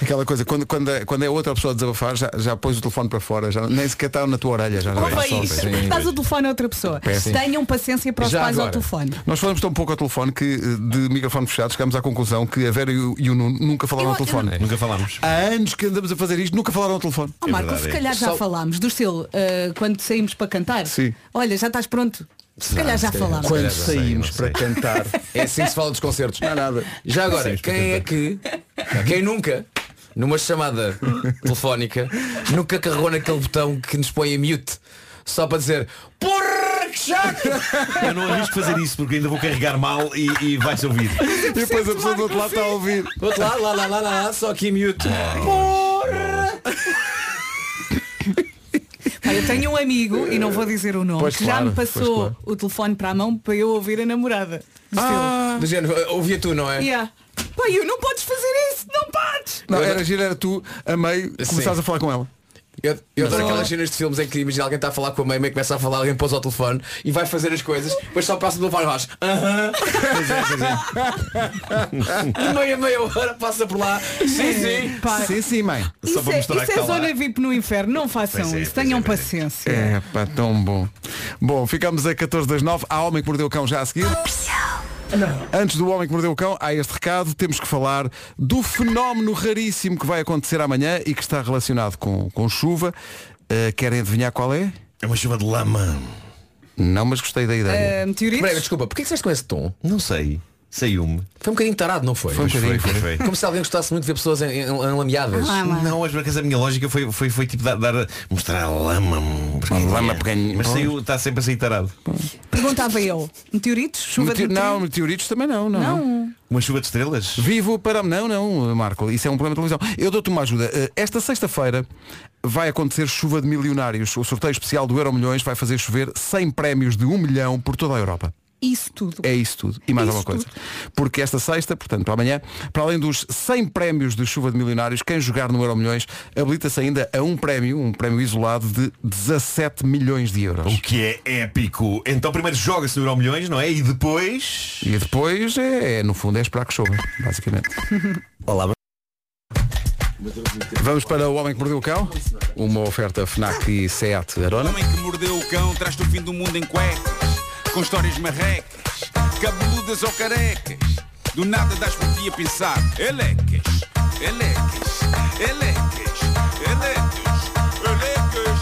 S1: Aquela coisa, quando, quando, é- quando é outra pessoa a desabafar, já, já pões o telefone para fora, já, nem sequer está na tua orelha. Já, já
S3: Ouve
S1: está
S3: aí,
S1: solta.
S8: sim.
S3: Estás o telefone a outra pessoa.
S1: Péssimo.
S3: Tenham paciência para os
S8: Já
S3: pais ao
S8: agora.
S3: telefone.
S1: Nós falamos tão pouco ao telefone que, eh, de microfone fechado, chegamos à conclusão que a Vera e o, e o Nuno nunca falaram
S3: Eu-
S1: ao telefone.
S12: Nunca falámos.
S1: Há anos que andamos a fazer isto, nunca falaram ao telefone.
S3: Oh,
S12: É
S3: Marco,
S12: verdade,
S3: se
S12: é.
S3: calhar já
S8: Só-
S3: falámos do estilo, ah, quando saímos para cantar.
S1: Sim.
S3: Olha, já estás pronto. Se
S8: Não,
S3: calhar já
S8: se calhar-
S3: falámos.
S8: Quando
S12: saímos para
S1: cantar.
S8: É assim que se fala dos concertos.
S1: Não há nada.
S8: Já agora, quem é que, quem nunca, numa chamada telefónica, nunca carregou naquele botão que nos põe em mute só para dizer Porra que chato!
S12: Eu não arrisco fazer isso porque ainda vou carregar mal e, e vai-se ouvir.
S1: E depois a pessoa do outro lado está a ouvir.
S8: Do outro lado, lá, lá, lá, lá, lá, só aqui em mute. Porra!
S3: Olha, Eu tenho um amigo, e não vou dizer o nome,
S1: Pois
S3: que
S1: claro,
S3: já me passou
S1: pois claro. Ah,
S3: o telefone para a mão para eu ouvir a namorada. Do
S8: Do género, ouvia tu, não é?
S3: seu. Yeah. Pai, eu não podes fazer isso, não podes!
S1: Não, era giro, era tu, a meio, começares a falar com ela.
S8: Eu, eu adoro aquelas cenas de filmes em que imagina alguém está a falar com a mãe, a mãe começa a falar, alguém pôs ao telefone e vai fazer as coisas, depois só passa do telefone e faz aham. é, De meia meia hora passa por lá. Sim, sim.
S3: É, Pá,
S1: Sim, sim, mãe.
S12: Só
S3: Isso
S12: para
S3: é,
S12: mostrar
S3: isso
S12: que
S3: é
S12: está lá.
S3: zona VIP no inferno, não façam
S12: Pois é,
S3: isso,
S12: pois
S3: tenham
S12: é, pois é.
S3: paciência.
S1: É, pá, tão bom. Bom, ficamos a 14 das 9. Há Homem que Mordeu o Cão já a seguir. Antes do Homem que Mordeu o Cão, há este recado. Temos que falar do fenómeno raríssimo que vai acontecer amanhã e que está relacionado com, com chuva. Uh, querem adivinhar qual é?
S12: É uma chuva de lama.
S1: Não, mas gostei da ideia.
S3: Ah, meteoritos?
S8: Breve, desculpa, porquê é que estás com esse tom?
S12: Não sei. Saiu-me.
S8: Foi um bocadinho tarado, não foi?
S1: Foi um
S12: Pois
S1: bocadinho,
S12: foi, pois foi.
S8: Como se alguém gostasse muito de ver pessoas em- em- enlameadas.
S3: Ah, lá.
S12: Não, mas por acaso a minha lógica foi, foi, foi tipo dar, dar- mostrar a lama. pequenininha.
S1: lama pequenininha.
S12: Mas saiu, está sempre a sair tarado.
S3: Perguntava eu. Meteoritos? Chuva
S1: Meteo-
S3: de
S1: Não,
S3: meteoritos?
S1: meteoritos também não, não.
S3: Não.
S12: Uma chuva de estrelas?
S1: Vivo para... Não, não, Marco, isso é um problema de televisão. Eu dou-te uma ajuda. Uh, Esta sexta-feira vai acontecer chuva de milionários. O sorteio especial do Euro Milhões vai fazer chover 100 prémios de 1 milhão por toda a Europa.
S3: Isso tudo.
S1: É isso tudo. E mais
S3: Isso
S1: alguma coisa. Porque esta sexta, portanto, amanhã, para além dos 100 prémios de chuva de milionários, quem jogar no Euro Milhões habilita-se ainda a um prémio, um prémio isolado de 17 milhões de euros.
S12: O que é épico. Então primeiro joga-se no Euro Milhões, não é? E depois.
S1: E depois, é, é, no fundo, é esperar que chova, basicamente.
S12: Olá,
S1: Vamos para O Homem que Mordeu o Cão, uma oferta FNAC e SEAT Arona.
S10: homem que mordeu o cão traz-te o fim do mundo em cuecas, com histórias marrecas, cabeludas ou carecas. Do nada das por ti a pensar. Elecas, elecas, elecas, elecas, elecas.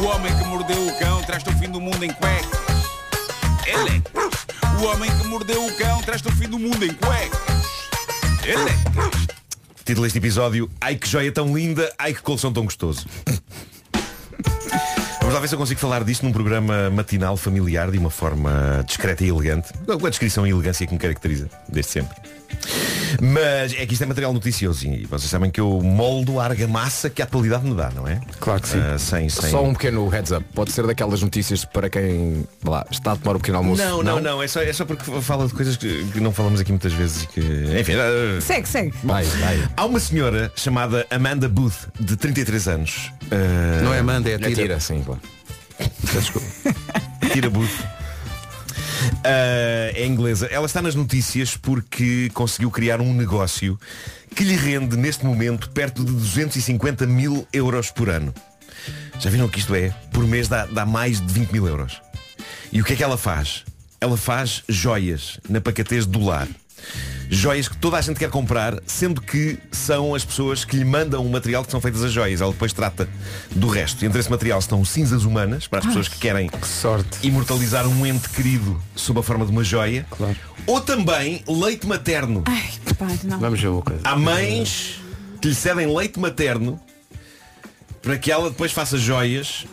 S10: O homem que mordeu o cão traz-te o fim do mundo em cuecas. Elecas. O homem que mordeu o cão traz-te o fim do mundo em cuecas. Elecas.
S12: Título deste episódio, ai que joia tão linda, ai que coleção tão gostoso. Vamos lá ver se eu consigo falar disto num programa matinal familiar de uma forma discreta e elegante. Com a descrição e elegância que me caracteriza desde sempre. Mas é que isto é material noticioso e vocês sabem que eu moldo a argamassa que a atualidade me dá, não é?
S6: Claro que sim.
S12: Ah, sem, sem...
S6: Só um pequeno heads up. Pode ser daquelas notícias para quem lá, está a tomar um pequeno almoço.
S12: Não, não, não, é só, é só porque fala de coisas que, que não falamos aqui muitas vezes e que. Enfim, ah,
S3: Segue, segue.
S6: Vai, vai.
S12: Há uma senhora chamada Amanda Booth, de 33 anos. Ah,
S1: Não é Amanda, é
S6: Tira,
S1: Tira.
S6: sim, claro.
S12: Tira Booth. Ah, é inglesa. Ela está nas notícias porque conseguiu criar um negócio que lhe rende, neste momento, perto de 250 mil euros por ano. Já viram o que isto é? Por mês dá, dá mais de 20 mil euros. E o que é que ela faz? Ela faz joias na pacatez do lar. Joias que toda a gente quer comprar, sendo que são as pessoas que lhe mandam o material que são feitas as joias. Ela depois trata do resto. E entre esse material estão cinzas humanas, para as pessoas que querem
S1: Sorte.
S12: imortalizar um ente querido sob a forma de uma joia. Claro. Ou também leite materno.
S3: Ai, pá, não.
S1: Vamos ver uma coisa.
S12: Há mães que lhe cedem leite materno para que ela depois faça joias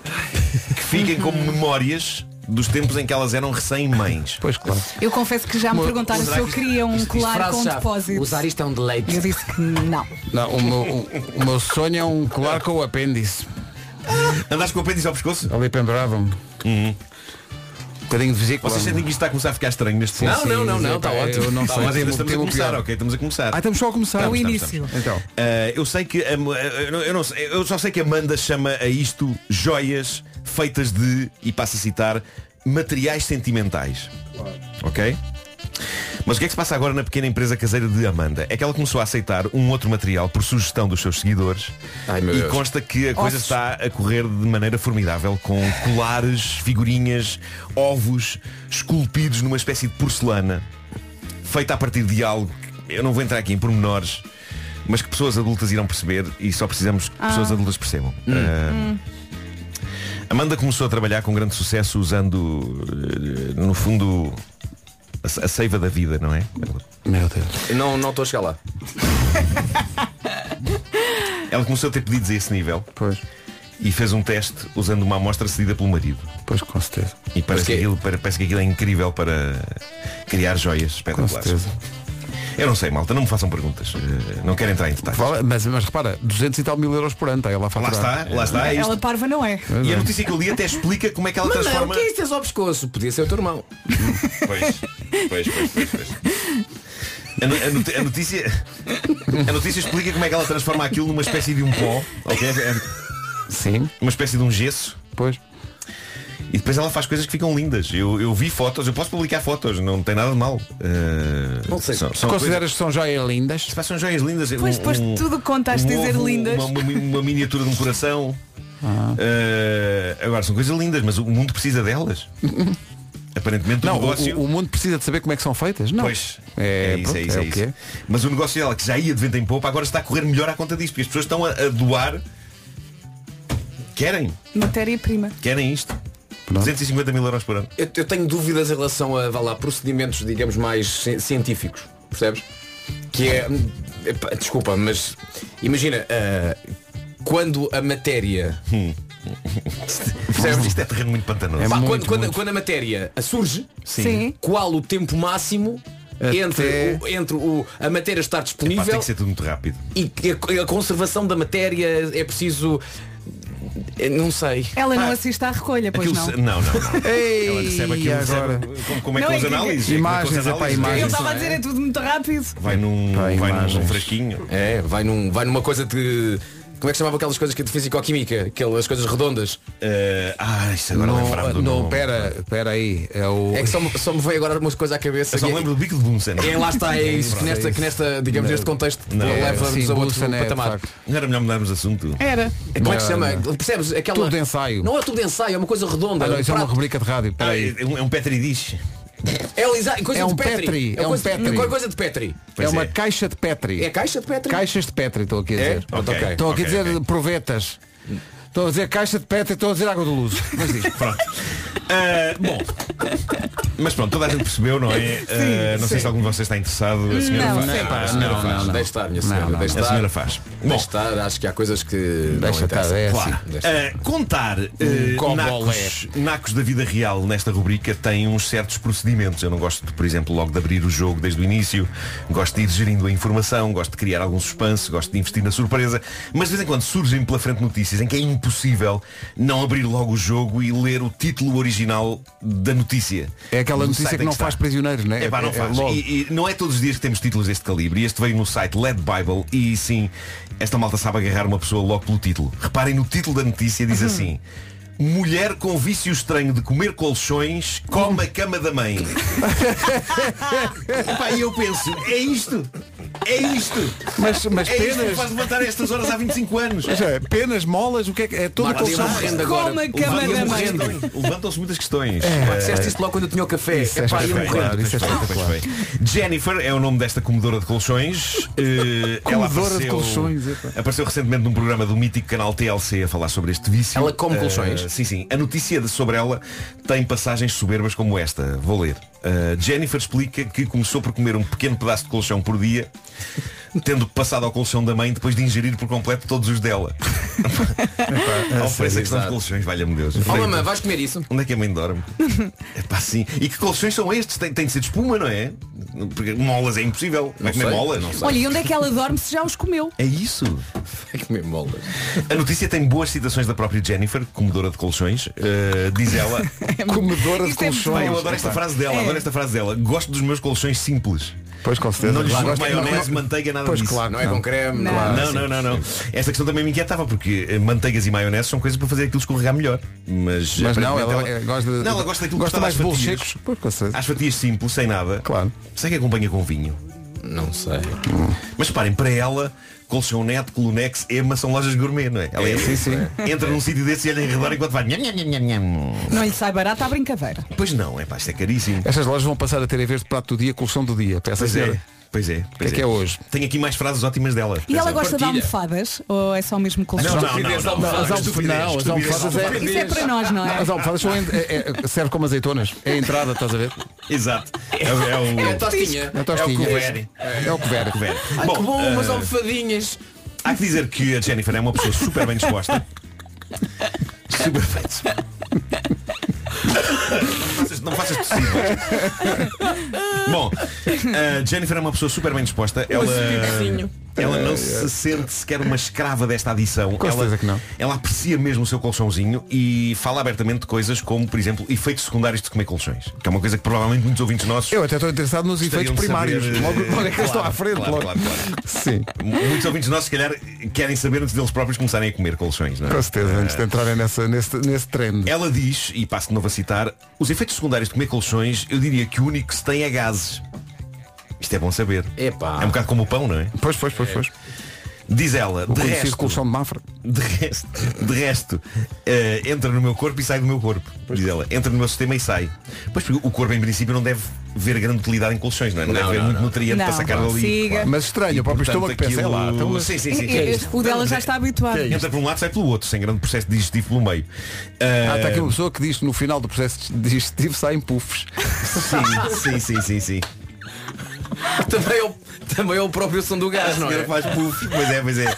S12: que fiquem como memórias dos tempos em que elas eram recém-mães.
S1: Pois claro.
S3: Eu confesso que já me perguntaram se eu queria um colar com depósito.
S8: Usar isto é um deleite.
S3: Eu disse que não.
S1: Não, o, meu, o- o meu sonho é um colar com o apêndice.
S12: Andaste com o apêndice ao pescoço?
S1: Ali penduravam-me. Um bocadinho de vesícula.
S12: Uhum. Vocês sentem que isto está a começar a ficar estranho neste
S8: Não, não, não,
S1: sim,
S8: não, está
S1: pá,
S8: ótimo.
S1: eu não
S12: Tá,
S1: sei.
S12: mas ainda estamos a
S1: Tem um
S12: começar,
S1: pior.
S12: ok? Estamos a começar.
S1: Ah, estamos só a começar.
S3: É o
S12: estamos,
S3: início.
S1: Então.
S12: Ah, eu sei que am- ah, eu, não sei, eu só sei que Amanda chama a isto joias feitas de, e passo a citar, materiais sentimentais. Ok? Mas o que é que se passa agora na pequena empresa caseira de Amanda? É que ela começou a aceitar um outro material por sugestão dos seus seguidores
S6: Ai, meu
S12: e
S6: Deus.
S12: consta que a coisa
S3: Ossos.
S12: está a correr de maneira formidável com colares, figurinhas, ovos esculpidos numa espécie de porcelana feita a partir de algo que eu não vou entrar aqui em pormenores, mas que pessoas adultas irão perceber e só precisamos que pessoas adultas percebam. Ah, Amanda começou a trabalhar com grande sucesso usando, eh, no fundo, a, a seiva da vida, não é?
S1: Meu Deus.
S6: Não não estou a chegar lá.
S12: Ela começou a ter pedidos a esse nível
S1: Pois,
S12: e fez um teste usando uma amostra cedida pelo marido.
S1: pois com certeza.
S12: E parece
S6: quê?
S12: que, aquilo, para- parece que aquilo é incrível para criar joias.
S1: Com
S12: Espetaculares.
S1: certeza.
S12: Eu não sei, malta, não me façam perguntas. Eh, Não quero entrar em detalhes.
S1: Fala- mas, mas repara, 200 e tal mil euros por ano, está ela a
S12: Lá
S1: faturar.
S12: está, lá está. é isto.
S3: Ela parva não é.
S12: E a notícia que eu li até explica como é que ela
S6: Mas não, o
S12: transforma.
S6: que é isso tens ao pescoço? Podia ser o teu irmão.
S12: Pois, pois, pois, pois, pois. A, no- a noti- a notícia A notícia explica como é que ela transforma aquilo numa espécie de um pó ok? É
S1: Sim,
S12: Uma espécie de um gesso
S1: pois.
S12: E depois ela faz coisas que ficam lindas Eu, eu vi fotos, eu posso publicar fotos Não tem nada de mal Eh,
S6: Não sei.
S12: são, são coisas-
S1: Consideras que são joias lindas?
S12: Se pá, são joias lindas um,
S3: Pois, depois de tudo contaste dizer
S12: ovo,
S3: lindas.
S12: uma, uma, uma miniatura de um coração
S1: Ah.
S12: Eh, Agora são coisas lindas Mas o mundo precisa delas Aparentemente
S1: Não,
S12: o um negócio
S1: o, o mundo precisa de saber como é que são feitas? Não.
S12: Pois,
S1: É,
S12: é, isso,
S1: pronto,
S12: é isso,
S1: é
S12: é,
S1: o que
S12: isso.
S1: é.
S12: Mas o negócio dela, que já ia de vento em poupa, agora está a correr melhor à conta disto, porque as pessoas estão a, a doar. Querem,
S3: Matéria-prima.
S12: querem isto. 250 mil euros por ano.
S8: Eu, eu tenho dúvidas em relação a vá lá, procedimentos, digamos, mais ci- científicos, percebes? Que é. hum, epá, Desculpa, mas imagina, ah, quando a matéria.
S12: Percebes? Isto é terreno muito pantanoso.
S8: Pá,
S1: muito,
S8: quando, quando-
S1: muito.
S8: quando a matéria surge,
S3: Sim.
S8: qual o tempo máximo entre, o- entre o, a matéria estar
S12: Pá, tem
S8: disponível
S12: que ser tudo muito rápido.
S8: e que a, a conservação da matéria é preciso. eh, Não sei.
S3: Ela não
S12: Ah,
S3: assiste à recolha, pois
S12: Aquilo
S3: não.
S12: se- não, não, não.
S1: Ei,
S12: Ela recebe aquilo,
S1: agora.
S12: recebe- como, como é
S3: Não,
S12: que
S3: é
S12: os
S3: que-
S12: análises?
S1: Imagens,
S12: é que
S1: é pá,
S12: com as
S3: Eu
S1: imagens.
S3: estava a dizer é tudo muito rápido.
S12: Vai num,
S1: Pá,
S12: vai num
S1: imagens.
S12: fresquinho.
S8: É, vai, num, vai numa coisa de. Como é que chamava aquelas coisas que é de fisicoquímica? Aquelas coisas redondas.
S12: Eh, ah, isso agora lembrava
S1: Não,
S12: do
S1: não,
S12: nome.
S1: pera, pera aí. É o.
S8: É que só me, só me veio agora umas coisas à cabeça.
S12: Eu só
S8: E-
S12: me lembro do bico de Bunsen.
S8: É, lá está, é isso. Que nesta, que nesta digamos, neste contexto eh,
S1: É,
S8: leva-nos
S1: sim,
S8: a outro
S1: Bolsonaro,
S8: patamar.
S1: de facto.
S12: Não era melhor mudarmos de assunto? Ah,
S3: Era.
S8: Como é que
S1: Não,
S8: se chama? Percebes? Aquela...
S1: Tubo de ensaio.
S8: Não é tudo de ensaio, é uma coisa redonda.
S1: Ah, não,
S8: um
S1: isso é uma
S8: prato.
S1: rubrica de rádio. Pera
S12: Ah,
S1: aí.
S12: é um- é um Petri dish.
S8: É, lisa- coisa
S1: É um
S8: de Petri.
S1: Petri, é um
S8: coisa,
S1: Petri.
S8: qualquer coisa de Petri.
S1: É
S12: Pois
S1: uma
S12: é.
S1: caixa de Petri.
S8: É a caixa de Petri?
S1: Caixas de Petri, estou aqui a
S8: É?
S1: dizer.
S8: Pronto, ok.
S1: Estou aqui
S12: ok,
S1: a dizer
S12: ok.
S1: provetas. Estou a dizer caixa de Petri, estou a dizer água do luz. Mas diz.
S12: Pronto. Ah, bom. Mas pronto, toda a gente percebeu, não é? Ah, não sei se algum de vocês está interessado. A senhora
S3: Não,
S12: faz.
S3: sei.
S12: Ah, a
S8: Não, é
S12: senhora
S8: não,
S12: faz.
S8: não. Deixa estar, minha senhora.
S1: Não, não,
S8: deixa
S12: A
S8: estar.
S12: senhora faz.
S8: Deixa
S12: Bom,
S8: estar, acho que há coisas que
S1: Deixa
S8: não
S1: estar,
S8: interessam.
S1: é
S12: claro.
S1: assim. Um
S8: Deixa
S12: Ah, contar ah,
S1: cobolé.
S12: nacos,
S1: é.
S12: nacos da vida real nesta rubrica tem uns certos procedimentos. Eu não gosto, de, por exemplo, logo de abrir o jogo desde o início. Gosto de ir gerindo a informação, gosto de criar algum suspense, gosto de investir na surpresa. Mas de vez em quando surgem pela frente notícias em que é impossível não abrir logo o jogo e ler o título original da notícia.
S1: É aquela
S12: Do
S1: notícia
S12: site
S1: que
S12: em
S1: não
S12: está.
S1: faz prisioneiros, né?
S12: Epá, não
S1: É- é
S12: faz.
S1: logo.
S12: E, e não é todos os dias que temos títulos deste calibre. E Este veio no site Led Bible e sim, esta malta sabe agarrar uma pessoa logo pelo título. Reparem no título da notícia,
S1: Uhum.
S12: diz assim. Mulher com vício estranho de comer colchões come a cama da mãe. Epá, e eu penso, é isto? É isto?
S1: Mas, mas
S12: É isto que me faz
S1: penas.
S12: levantar a estas horas há 25 anos.
S1: mas, é, Penas, molas, o que é que. É todo o
S8: Martim,
S1: colchão.
S8: morrendo agora.
S3: Como a cama
S12: Levantam-se
S3: da
S12: muitas
S3: mãe.
S12: questões. Levantam-se muitas questões.
S1: É.
S8: Pá,
S12: Eh,
S8: disseste isto logo quando eu tinha o café.
S1: Isso é
S8: É pá, ia
S1: espetacular.
S8: morrer.
S1: Claro, isso é
S12: Pois foi, pois foi. Jennifer é o nome desta comedora de colchões. Eh, ela
S1: Comedora de
S12: apareceu-
S1: colchões, epá.
S12: Apareceu recentemente num programa do mítico canal TLC a falar sobre este vício.
S8: Ela come
S12: Eh,
S8: colchões?
S12: Sim, sim. A notícia de- sobre ela tem passagens soberbas como esta. Vou ler. Eh, Jennifer explica que começou por comer um pequeno pedaço de colchão por dia, tendo passado ao colchão da mãe depois de ingerir por completo todos os dela. Ao preço da questão de
S8: exato.
S12: colchões, valha-me Deus.
S8: Oh mamãe, vais comer isso?
S12: Onde é que a mãe dorme? é pá, sim. E que colchões são estes? Tem, tem de ser de espuma, não é? Porque molas é impossível. Vai comer
S8: sei,
S12: molas?
S8: não sei.
S3: Olha, e onde é que ela dorme se já os comeu?
S12: É isso.
S8: Vai comer molas.
S12: A notícia tem boas citações da própria Jennifer, comedora de colchões. Eh, diz ela.
S1: Comedora de
S3: Isto é muito
S12: Pá,
S1: colchões.
S12: eu adoro esta frase dela, adoro esta frase dela. Gosto dos meus colchões simples.
S1: É. Pois com certeza.
S12: Não lhes
S1: Claro.
S12: jogo
S1: Gosto-
S12: maionese, manteiga, nada
S1: Pois ah,
S12: disso.
S1: claro.
S8: Não é
S1: Não.
S8: com creme.
S3: Não.
S8: há-
S12: Não, não, não, não. Esta questão também me inquietava, porque eh, manteigas e maionese são coisas para fazer aquilo escorregar melhor. Mas,
S1: Mas
S12: aparentemente,
S1: não, ela, é- gosta de.
S12: Não, ela gosta daquilo que
S1: Gosta
S12: está
S1: mais de
S12: às
S1: bolos
S12: fatias.
S1: secos. Pois com certeza.
S12: Às fatias simples, sem nada.
S1: Claro.
S12: Sei que acompanha com vinho.
S8: Não sei.
S12: Mas parem, para ela, Colchão Neto, Colunex, Ema são lojas gourmet, não é? Ela é assim,
S1: sim.
S12: Entra num sítio desse e olha em redor enquanto vai. "Nham, nham, nham, nham".
S3: Não lhe sai barato à brincadeira.
S12: Pois não, é pá, isto é caríssimo.
S1: Estas lojas vão passar a ter em vez de prato do dia, colchão do dia. Peça
S12: Pois
S1: senhora.
S12: é. Pois é. Pois
S1: que é que é hoje?
S12: Tenho aqui mais frases ótimas dela.
S3: E ela gosta de
S8: partilha.
S3: almofadas? Ou é só mesmo
S12: Não, não,
S3: colchão?
S12: não, não,
S8: Estupidez,
S1: Não,
S12: não,
S1: as almofadas-
S12: Estupidez,
S1: não, as
S12: estupidez,
S1: almofadas é-
S12: estupidez.
S3: Isso é para nós, não é?
S1: As almofadas são, en- é- é- serve como azeitonas. É a entrada, estás a ver?
S12: Exato. É, o- é o.
S8: É a tostinha.
S1: É o tostinha.
S12: É o couvert.
S1: É o couvert.
S12: couvert.
S8: Ai, que bom,
S12: eh,
S8: umas almofadinhas.
S12: Há que dizer que a Jennifer é uma pessoa super bem disposta. super bem disposta. Vocês faças, não faças possíveis. Bom, a Jennifer é uma pessoa super bem disposta. Ela, ela não se sente sequer uma escrava desta adição.
S1: É, Com certeza
S12: ela,
S1: que não.
S12: ela aprecia mesmo o seu colchãozinho e fala abertamente de coisas como, por exemplo, efeitos secundários de comer colchões. Que é uma coisa que provavelmente muitos ouvintes nossos.
S1: Eu até estou interessado nos efeitos
S12: gostariam de
S1: primários.
S12: saber, eh,
S1: Logo, logo é que eu
S12: claro,
S1: estou à frente.
S12: claro,
S1: logo.
S12: claro, claro.
S1: Sim,
S12: Muitos ouvintes nossos, se calhar, querem saber antes deles próprios começarem a comer colchões, não é?
S1: com certeza, antes de entrarem nessa, nesse, nesse trend.
S12: Ela diz, e passo de novo a citar, os efeitos secundários de comer colchões, eu diria que o único que se tem é gases. Isto é bom saber.
S6: Epá.
S12: É um bocado como o pão, não é?
S1: Pois, pois, pois, pois.
S12: Diz ela,
S1: O
S12: de
S1: conhecido
S12: resto,
S1: colchão de Mafra.
S12: de resto, de resto eh, entra no meu corpo e sai do meu corpo. Diz ela, entra no meu sistema e sai. Pois porque o corpo em princípio não deve ver grande utilidade em colchões, não é? Não, deve haver muito nutriente
S3: Não.
S12: para sacar
S3: Não,
S12: dali.
S3: siga.
S1: Mas estranho, o próprio estômago pensa, é lá. então, mas-
S12: Sim, sim, sim.
S3: E- e- o dela já está habituado.
S12: Entra por um lado, sai pelo outro, sem grande processo digestivo pelo meio.
S1: Ah,
S12: Ah,
S1: está aqui uma pessoa que diz que no final do processo digestivo saem puffs.
S12: sim, sim, sim, sim, sim.
S6: Também é, o, também é o próprio som do
S12: A
S6: gás, não
S12: senhora
S6: é?
S12: faz puff, pois é, pois é.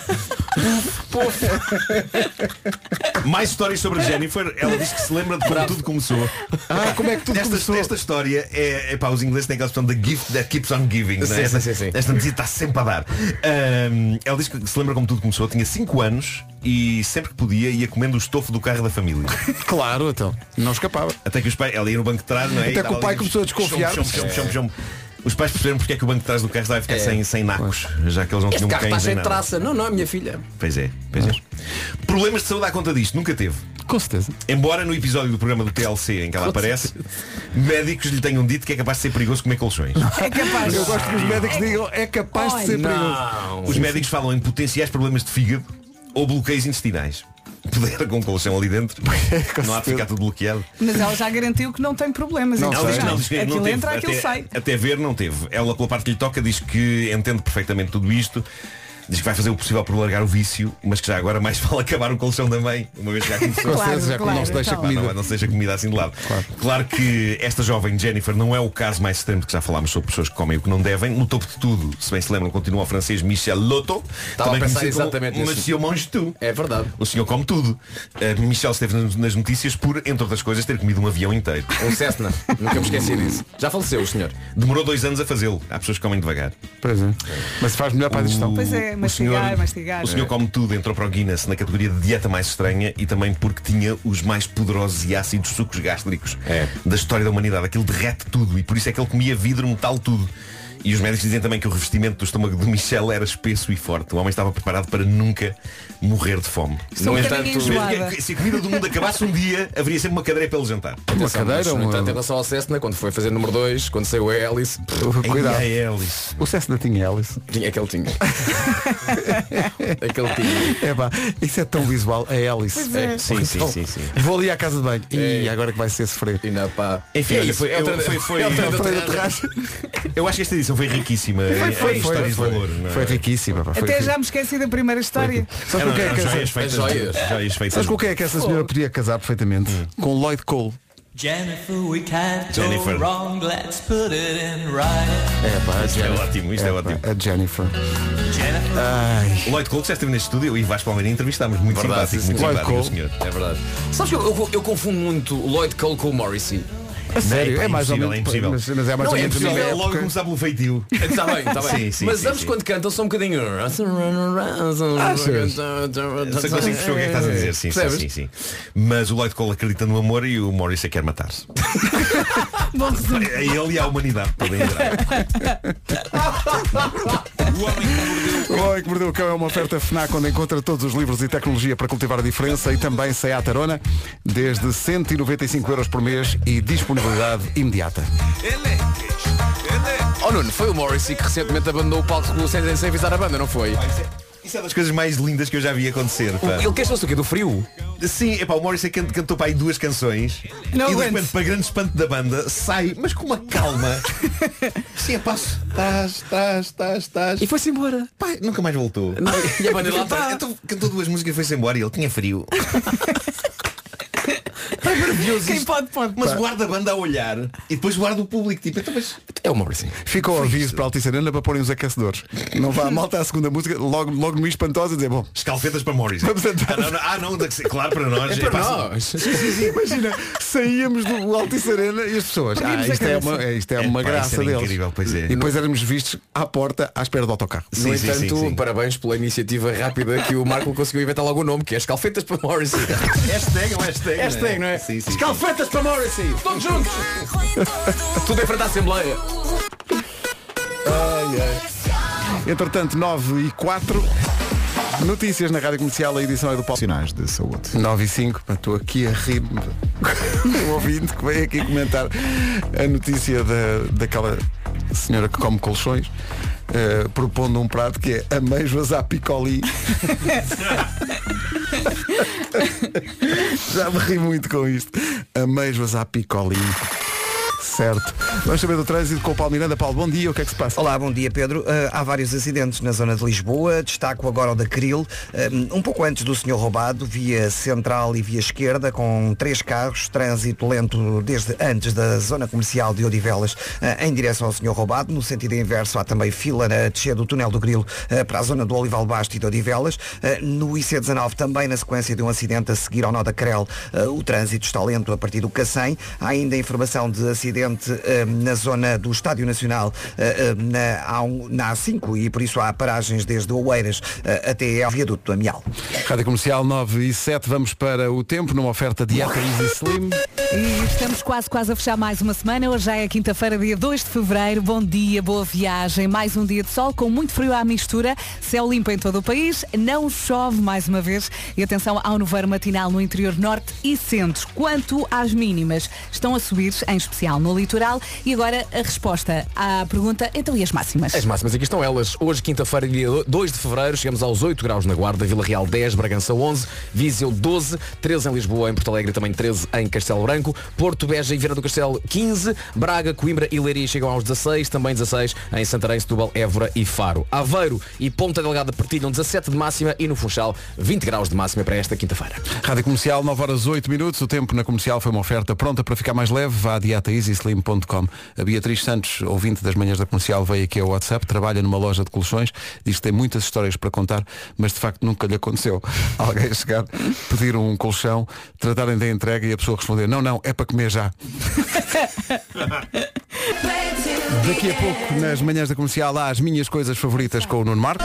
S12: Mais histórias sobre Jennifer, ela diz que se lembra de como tudo começou.
S1: Ah, como é que tudo
S12: esta,
S1: começou?
S12: esta história é, é pá, os ingleses têm aquela expressão da gift that keeps on giving. não é?
S6: Sim,
S12: esta,
S6: sim, sim, sim.
S12: esta notícia está sempre a dar. Ahm, ela diz que se lembra como tudo começou, tinha 5 anos e sempre que podia ia comendo o estofo do carro da família.
S1: Claro, então. Não escapava.
S12: Até que os pais, ela ia no banco de trás, não
S1: Até
S12: é? E
S1: que
S12: estava
S1: o pai
S12: ali,
S1: começou a desconfiar.
S12: chum, chum, chum, chum, chum. Os pais perceberam porque é que o banco de trás do carro estava a ficar sem, sem nacos, já que eles não
S8: Este
S12: tinham
S8: carro está
S12: cães nem
S8: cheio de
S12: nada.
S8: traça. Não, não, é minha filha.
S12: Pois é, pois é. Problemas de saúde à conta disto, nunca teve.
S1: Com certeza.
S12: Embora no episódio do programa do TLC em que ela aparece, médicos lhe tenham dito que é capaz de ser perigoso comer colchões.
S3: É capaz.
S1: Eu gosto que os médicos digam é capaz de ser
S3: Olha.
S1: perigoso.
S12: Os médicos falam em potenciais problemas de fígado ou bloqueios intestinais. Poder com um colchão ali dentro, não há de ficar tudo bloqueado.
S3: Mas ela já garantiu que não É tem problemas.
S1: Não
S12: Ela
S1: sei.
S12: diz que não,
S3: intestinais.
S12: diz que não
S3: aquilo
S12: teve.
S3: entra, aquilo
S12: até,
S3: sai.
S12: até ver não teve. Ela pela parte que lhe toca diz que entende perfeitamente tudo isto. Diz que vai fazer o possível por largar o vício, mas que já agora mais vale acabar o colchão da mãe, uma vez que já começou.
S1: Com
S3: Claro,
S1: certeza, já que
S3: claro,
S1: não se deixa
S3: então.
S12: Pá,
S1: comida.
S12: Não, não seja comida assim de lado. Claro. que esta jovem Jennifer não é o caso mais extremo que já falámos sobre pessoas que comem o que não devem. No topo de tudo, se bem se lembram, continua o francês Michel Lotto.
S6: Estava a pensar
S12: conhecido
S6: exatamente
S12: como
S6: nesse-
S12: Monsieur Mange Tout.
S6: É verdade.
S12: O senhor come tudo. Eh, Michel esteve nas- nas notícias por, entre outras coisas, ter comido um avião inteiro.
S6: Um Cessna. Nunca me esqueci disso. Já faleceu o senhor.
S12: Demorou dois anos a fazê-lo. Há pessoas que comem devagar.
S1: Pois é. Mas faz melhor para
S12: Hum.
S1: a digestão.
S3: Pois é, mastigar, mastigar.
S12: O senhor come tudo, entrou para o Guinness na categoria de dieta mais estranha e também porque tinha os mais poderosos e ácidos sucos gástricos
S6: É.
S12: da história da humanidade. Aquilo derrete tudo e por isso é que ele comia vidro, metal, tudo. E os médicos dizem também que o revestimento do estômago de Michel era espesso e forte. O homem estava preparado para nunca morrer de fome.
S3: Sou
S6: No
S3: um bocadinho
S6: entanto,
S12: Mesmo
S3: enjoada.
S12: que- Se a comida do mundo acabasse um dia, haveria sempre uma cadeira para ele jantar.
S1: Uma
S6: Atenção, mas,
S1: cadeira,
S6: No
S1: uma...
S6: entanto, em relação ao Cessna, quando foi fazer número 2, quando saiu a Alice,
S1: Cuidado.
S12: Ai, É Alice.
S1: O Cessna tinha hélice.
S6: tinha aquele é tinha. aquele tinha.
S1: É pá, isso é tão visual, a hélice.
S6: é.
S12: Sim, sim, sim, sim.
S1: Vou ali à casa de banho.
S12: É.
S1: E agora que vai ser sofrer.
S6: E na pá.
S12: Enfim,
S6: É
S12: olha,
S6: isso.
S12: foi-
S6: É o
S12: eu-
S6: tra-
S12: foi- foi-
S6: é o tra-
S12: eu-
S6: da
S1: Freio da
S6: terra.
S1: terraça.
S12: Eu acho que esta edição foi riquíssima. Foi,
S1: Foi,
S12: histórias
S1: foi,
S12: de valor. não é, é?
S1: foi riquíssima. pá, foi
S3: Até
S1: riquíssima.
S3: já me esqueci da primeira história.
S1: Sabes com quem é que
S12: joias
S1: essa-
S12: feitas.
S6: As joias.
S12: joias feitas.
S1: sabes com quem é que essa senhora podia casar perfeitamente?
S12: Hum.
S1: Com Lloyd Cole.
S12: Jennifer.
S1: É pá,
S12: Isto é ótimo, isto é, ótimo. é,
S1: a Jennifer.
S12: O Lloyd Cole que já esteve neste estúdio e Vasco Palmeirinho entrevistámos. Muito
S6: Verdade,
S12: simpático,
S6: sim,
S12: muito
S1: senhor.
S12: simpático,
S1: Lloyd
S12: o senhor.
S6: É verdade. Sabes que eu, eu- eu confundo muito o Lloyd Cole com o Morrissey.
S1: A sério,
S12: pá,
S1: é, mais ou
S12: impossível,
S1: menos.
S12: é impossível.
S1: Mas, mas é mais
S6: Não,
S1: ou
S6: é
S1: menos.
S6: impossível.
S1: a
S12: É
S1: mesma
S12: logo
S1: época.
S12: começar pelo feitio.
S6: Está É, tá bem, está bem.
S12: Sim, sim,
S6: Mas
S12: sim,
S6: ambos
S12: sim.
S6: quando cantam são um bocadinho.
S1: Achas?
S12: Só que eu consigo perceber o que é que estás a dizer. Sim, sim,
S6: Percebes?
S12: sim, sim. Mas o Lloyd Cole acredita no amor e o Morrissey quer matar-se.
S3: Bom resumo.
S12: É ele e a humanidade toda em geral.
S10: O homem que mordeu
S1: O Homem que Mordeu o Cão é uma oferta FNAC onde encontra todos os livros e tecnologia para cultivar a diferença e também sem à tarona desde 195 euros por mês e disponibilidade imediata.
S10: Eleques, eleques.
S6: Oh Nuno, foi o Morrissey que recentemente abandonou o palco sem, sem avisar a banda, não foi?
S12: Isso é das coisas mais lindas que eu já vi acontecer. pá.
S6: Ele queixou-se o quê? Do frio?
S12: Sim, epá, o Morrissey can- cantou para aí duas canções
S3: Não
S12: e de
S3: aguento.
S12: repente, para grande espanto da banda, sai, mas com uma calma. Sim, é passo. Estás, estás, estás, estás.
S6: E foi-se embora.
S12: Pai, nunca mais voltou.
S6: Não, E a banda lá
S12: Então,
S6: está.
S12: então cantou duas músicas e foi-se embora e ele tinha frio. maravilhoso
S3: Quem
S12: isto.
S3: pode, pode,
S12: Mas
S3: pá.
S12: guarda a banda a olhar e depois guarda o público. Tipo, então, mas
S8: É uma assim.
S1: Ficou o aviso para a Altice Arena para porem os aquecedores. Não vá a malta à segunda música, logo, logo no espantosa, dizer, bom,
S12: escalfetas para Morris.
S1: Vamos entrar.
S12: Ah, não, não, ah, não, da- claro, para nós.
S8: É para
S12: pá,
S8: nós.
S1: imagina, saíamos do Altice Arena e as pessoas, ah,
S3: Perdíamos a
S1: isto é
S3: cabeça.
S1: uma, é, isto é
S12: É,
S1: uma
S12: pá,
S1: graça
S12: isso era
S1: deles.
S12: incrível, pois é.
S1: E depois éramos vistos à porta à espera do autocarro.
S12: Sim,
S8: No
S12: sim,
S8: entanto,
S12: sim, sim.
S8: parabéns pela iniciativa rápida que o Marco conseguiu inventar logo o nome, que é Escalfetas para Morrissey.
S12: Hashtag ou hashtag?
S8: Hashtag, não é?
S12: Sim, sim.
S8: Escalfetas para Morrissey! Todos juntos! Tudo em frente à Assembleia.
S1: Entretanto, 9 e 4. Notícias na Rádio Comercial, a edição é do Paulo.
S12: Sinais de saúde.
S1: 9 e 5, pá, estou aqui a rir um ouvinte que veio aqui comentar a notícia da, daquela senhora que come colchões eh, propondo um prato que é ameijoas à picoli já me ri muito com isto ameijoas à picoli certo vamos saber do trânsito com o Paulo Miranda Paulo, bom dia, o que é que se passa?
S2: Olá, bom dia Pedro. Ah, há vários acidentes na zona de Lisboa. Destaco agora o da Cril. Ah, um pouco antes do senhor roubado, via central e via esquerda, com três carros, trânsito lento desde antes da zona comercial de Odivelas ah, em direção ao senhor roubado. No sentido inverso, há também fila na descida do túnel do Grilo ah, para a zona do Olival Basto e de Odivelas. Ah, no IC19, também na sequência de um acidente a seguir ao nó da Crel, ah, o trânsito está lento a partir do Cacém. Há ainda informação de acidente ah, na zona do Estádio Nacional, ah, ah, na, há um- na A5, e por isso há paragens desde Oeiras ah, até ao viaduto do Amial.
S1: Rádio Comercial 9 e 7, vamos para o tempo numa oferta de Dieta Easy Slim
S3: E estamos quase, quase a fechar mais uma semana. Hoje já é quinta-feira, dia 2 de fevereiro. Bom dia, boa viagem. Mais um dia de sol com muito frio à mistura. Céu limpo em todo o país. Não chove mais uma vez. E atenção ao nevoeiro matinal no interior norte e centro. Quanto às mínimas, estão a subir, em especial no litoral. E agora a resposta à pergunta, então e as
S1: É.
S3: máximas?
S8: As máximas aqui estão elas. Hoje, quinta-feira, dia 2 de fevereiro, chegamos aos 8 graus na Guarda, Vila Real 10, Bragança 11, Viseu 12, 13 em Lisboa, em Porto Alegre também 13 em Castelo Branco, Porto Beja e Vieira do Castelo 15, Braga, Coimbra e Leiria chegam aos 16, também 16 em Santarém, Setúbal, Évora e Faro. Aveiro e Ponta Delgada partilham 17 de máxima e no Funchal 20 graus de máxima para esta quinta-feira.
S1: Rádio Comercial, 9 horas 8 minutos. O tempo na comercial foi uma oferta pronta para ficar mais leve. Vá a dietaeasyslim.com. A Beatriz Santos, ouvinte das manhãs da comercial, veio aqui ao WhatsApp, trabalha numa loja de colchões, diz que tem muitas histórias para contar, mas de facto nunca lhe aconteceu alguém chegar, pedir um colchão, tratarem da entrega e a pessoa responder: Não, não, é para comer já. Daqui a pouco, nas manhãs da comercial, há as minhas coisas favoritas com o Nuno Marco.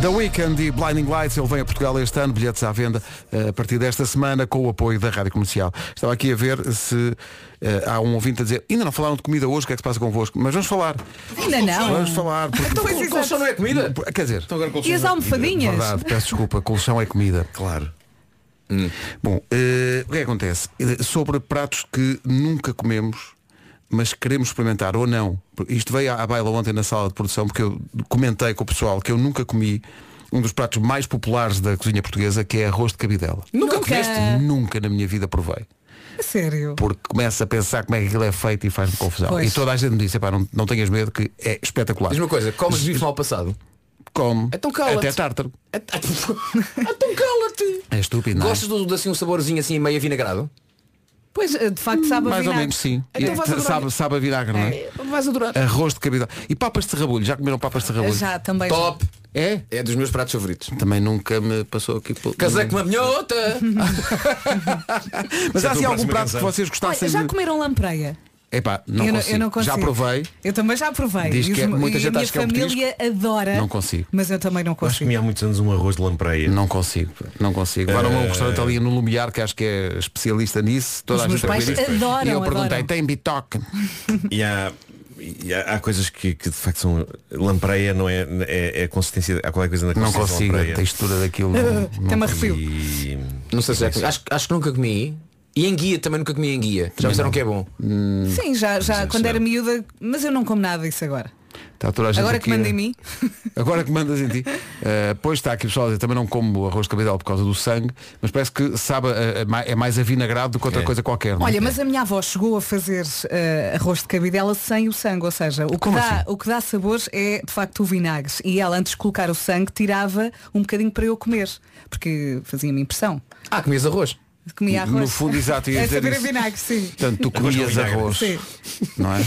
S1: The Weekend e Blinding Lights, ele vem a Portugal este ano, bilhetes à venda eh, a partir desta semana com o apoio da Rádio Comercial. Estava aqui a ver se eh, há um ouvinte a dizer, ainda não falaram de comida hoje, o que é que se passa convosco? Mas vamos falar.
S3: Ainda não.
S1: Vamos falar. Porque...
S3: Então, pois, exato.
S8: Colchão não é comida? Então
S1: Quer dizer,
S3: E as
S8: é
S3: almofadinhas?
S1: verdade, peço desculpa, colchão é comida.
S12: Claro.
S1: Bom, eh, o que é que acontece? Eh, Sobre pratos que nunca comemos, mas queremos experimentar ou não. Isto veio à à baila ontem na sala de produção, porque eu comentei com o pessoal que eu nunca comi um dos pratos mais populares da cozinha portuguesa, que é arroz de cabidela.
S3: Nunca comeste?
S1: Nunca na minha vida provei.
S3: A Sério.
S1: Porque começo a pensar como é que aquilo é feito e faz-me confusão.
S3: Pois.
S1: E toda a gente me disse, "Epá, não, não tenhas medo que é espetacular.
S8: Diz uma coisa, comes bife mal passado?
S1: Come
S8: Então cala-te.
S1: até tártaro.
S8: então cala-te!
S1: É estúpido, não é?
S8: Gostas do, de assim um saborzinho assim meio vinagrado?
S3: Pois, eh, de facto, sabe a
S1: Mais ou
S3: vinagre.
S1: menos sim.
S8: Então
S1: E
S8: vais adorar.
S1: sabe, sabe a vinagre, não é?
S8: Vais adorar.
S1: Arroz de cabidela. E papas de rabulho, já comeram papas de rabulho?
S3: Já, também.
S8: Top!
S1: É?
S8: É dos meus pratos favoritos.
S1: Também nunca me passou aqui pelo.
S8: Casei com uma minhota! Ah,
S1: Mas há
S12: a
S1: assim
S12: tua
S1: algum
S12: próxima
S1: prato que
S12: canção.
S1: vocês
S3: Olha,
S1: gostassem
S3: já
S1: de.
S3: comeram lampreia?
S1: Epá, não,
S3: eu, não,
S1: consigo.
S3: eu não consigo.
S1: Já provei.
S3: Eu também já provei.
S1: Diz
S3: E os
S1: que é-
S3: me-
S1: muita
S3: e
S1: gente
S3: a minha
S1: acha que é um
S3: família adora.
S1: Não consigo.
S3: Mas eu também não
S12: Acho que
S3: consigo.
S12: comi há muitos anos um arroz de lampreia.
S1: Não consigo, não consigo. Vá num restaurante ali no Lumiar, que acho que é especialista nisso. Toda
S3: Os
S1: a
S3: meus
S1: gente a
S3: pais
S1: comer isto.
S3: adoram,
S1: E eu perguntei,
S3: adoram.
S1: tem bitoque?
S12: E há, e há, há coisas que, que de facto são lampreia, não é? É, é a consistência. Há qualquer coisa na
S1: Não
S12: consistência de
S1: consigo, a
S12: lampreia.
S1: textura daquilo. não-
S3: Tem
S1: não-
S3: uma refil.
S12: E...
S8: Não sei se já comi. Acho, acho que nunca comi. E em guia também nunca comi em guia. Já me disseram que é bom.
S3: Sim, já, já
S1: é
S12: Sim,
S3: quando
S12: sim.
S3: era miúda, mas eu não como nada disso agora.
S1: Está tá toda a gente
S3: Agora
S1: aqui
S3: que manda
S1: a-
S3: em mim.
S1: Agora que mandas em ti. Eh, pois está aqui o pessoal a dizer, também não como arroz de cabidela por causa do sangue, mas parece que sabe, a- a- é mais avinagrado do que outra coisa qualquer. não é?
S3: Olha, mas a minha avó chegou a fazer eh, arroz de cabidela sem o sangue, ou seja, o que,
S1: Como
S3: dá,
S1: assim?
S3: o que dá sabores é de facto o vinagre. E ela antes de colocar o sangue tirava um bocadinho para eu comer, porque fazia-me impressão.
S8: Ah, comias arroz.
S3: Comia arroz.
S1: No fundo, exato, ia
S3: É
S1: dizer
S3: saber a
S1: isso.
S3: vinagre, sim.
S1: Portanto, tu
S12: Arroz com
S1: comias
S12: vinagre.
S1: arroz,
S3: Sim.
S1: não é?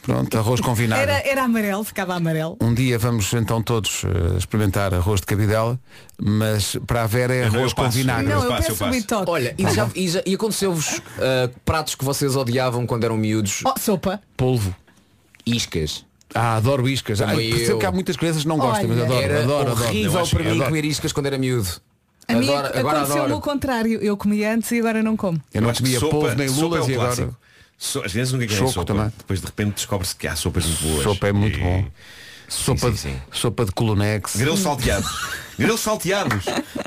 S1: Pronto, arroz com vinagre.
S3: Era, era amarelo, ficava amarelo.
S1: Um dia vamos então todos eh, experimentar arroz de cabidela, mas para a Vera é
S12: Eu não,
S1: arroz
S12: eu
S1: com
S12: passo.
S1: vinagre.
S3: Não,
S12: eu
S3: eu
S12: passo, eu
S3: penso
S12: passo.
S3: bitoque.
S8: Olha, e, já, e, já- e aconteceu-vos ah, pratos que vocês odiavam quando eram miúdos?
S3: Oh, sopa.
S1: Polvo.
S8: Iscas.
S1: Ah, adoro iscas. Ah,
S8: Também
S1: percebo
S8: eu.
S1: que há muitas crianças que não gostam, mas
S3: Olha.
S1: adoro,
S8: Era
S1: adoro, adoro.
S8: horrível
S12: Eu acho
S8: para
S12: que-
S8: mim
S12: adoro.
S8: comer iscas quando era miúdo.
S3: A mim
S8: Adoro- agora
S3: aconteceu-me o
S8: adoro.
S3: contrário. Eu comi antes e agora não como.
S1: Eu não
S12: acho que
S1: comia
S12: sopa-
S1: polvo nem
S12: sopa é
S1: lulas
S12: o
S1: e agora.
S12: clássico. So- As crianças nunca querem
S1: Choco
S12: sopa.
S1: também.
S12: Depois de repente descobre-se que há sopas muito boas.
S1: Sopa é muito
S12: E-
S1: bom. Sopa,
S12: sim,
S1: de,
S12: sim.
S1: sopa de colonex.
S12: Grelos salteados. Grelos salteados.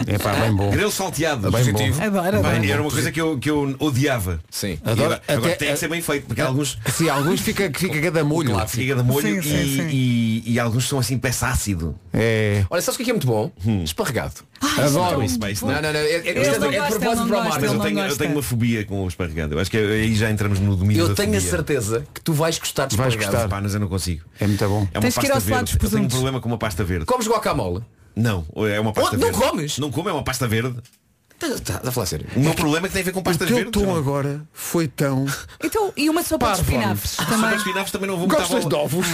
S1: É pá, bem bom.
S12: Grelos salteados.
S1: É Bem bom.
S12: Positivo.
S3: Adoro,
S12: Bem,
S3: adoro.
S12: era uma coisa que eu, que eu odiava.
S8: Sim.
S12: E
S1: É. Adoro.
S12: Agora, agora
S1: Até-
S12: tem que ser Um bem feito, porque há alguns
S1: Sim, alguns fica, fica cada molho.
S12: Claro, fica de molho
S3: Sim,
S12: e,
S3: sim, sim.
S12: e- e alguns são assim peça ácido.
S1: É.
S8: Olha, sabes o que é, que é muito bom?
S1: Hum.
S8: Esparregado.
S1: Adoro.
S12: Isso, bem, isso não.
S8: Não, não, não. É, é, é,
S3: Hum. não
S8: é de
S3: gosta,
S8: propósito
S3: ele não
S8: para o é
S3: gosta,
S8: Marcos.
S3: ele
S12: Mas eu
S3: não
S12: tenho, eu
S3: gosta.
S12: tenho uma fobia com o esparregado. Eu acho que aí já entramos no domínio
S8: Eu
S12: da
S8: tenho a
S12: fobia.
S8: certeza que tu vais gostar de
S1: Vais
S8: esparregado.
S1: gostar.
S12: Pá, mas eu não consigo.
S1: É muito bom.
S12: É uma
S3: Tens que ir
S12: pasta
S3: aos lados
S12: verde. Eu tenho um
S3: presuntos.
S12: problema com uma pasta verde.
S8: Comes guacamole?
S12: Não, é uma pasta
S8: Oh, não
S12: verde.
S8: comes?
S12: Não como, é uma pasta verde. Tá,
S8: Estás estás a falar sério?
S12: O meu problema é que tem a ver com
S1: O
S12: pastas
S1: teu
S12: verdes.
S1: tom agora foi tão.
S12: Um
S3: Então, e uma sopa de
S1: Parvo.
S3: espinafres
S12: Sobre
S3: também.
S12: os espinafres também não vou botar
S1: Gostas de
S12: bola.
S1: ovos?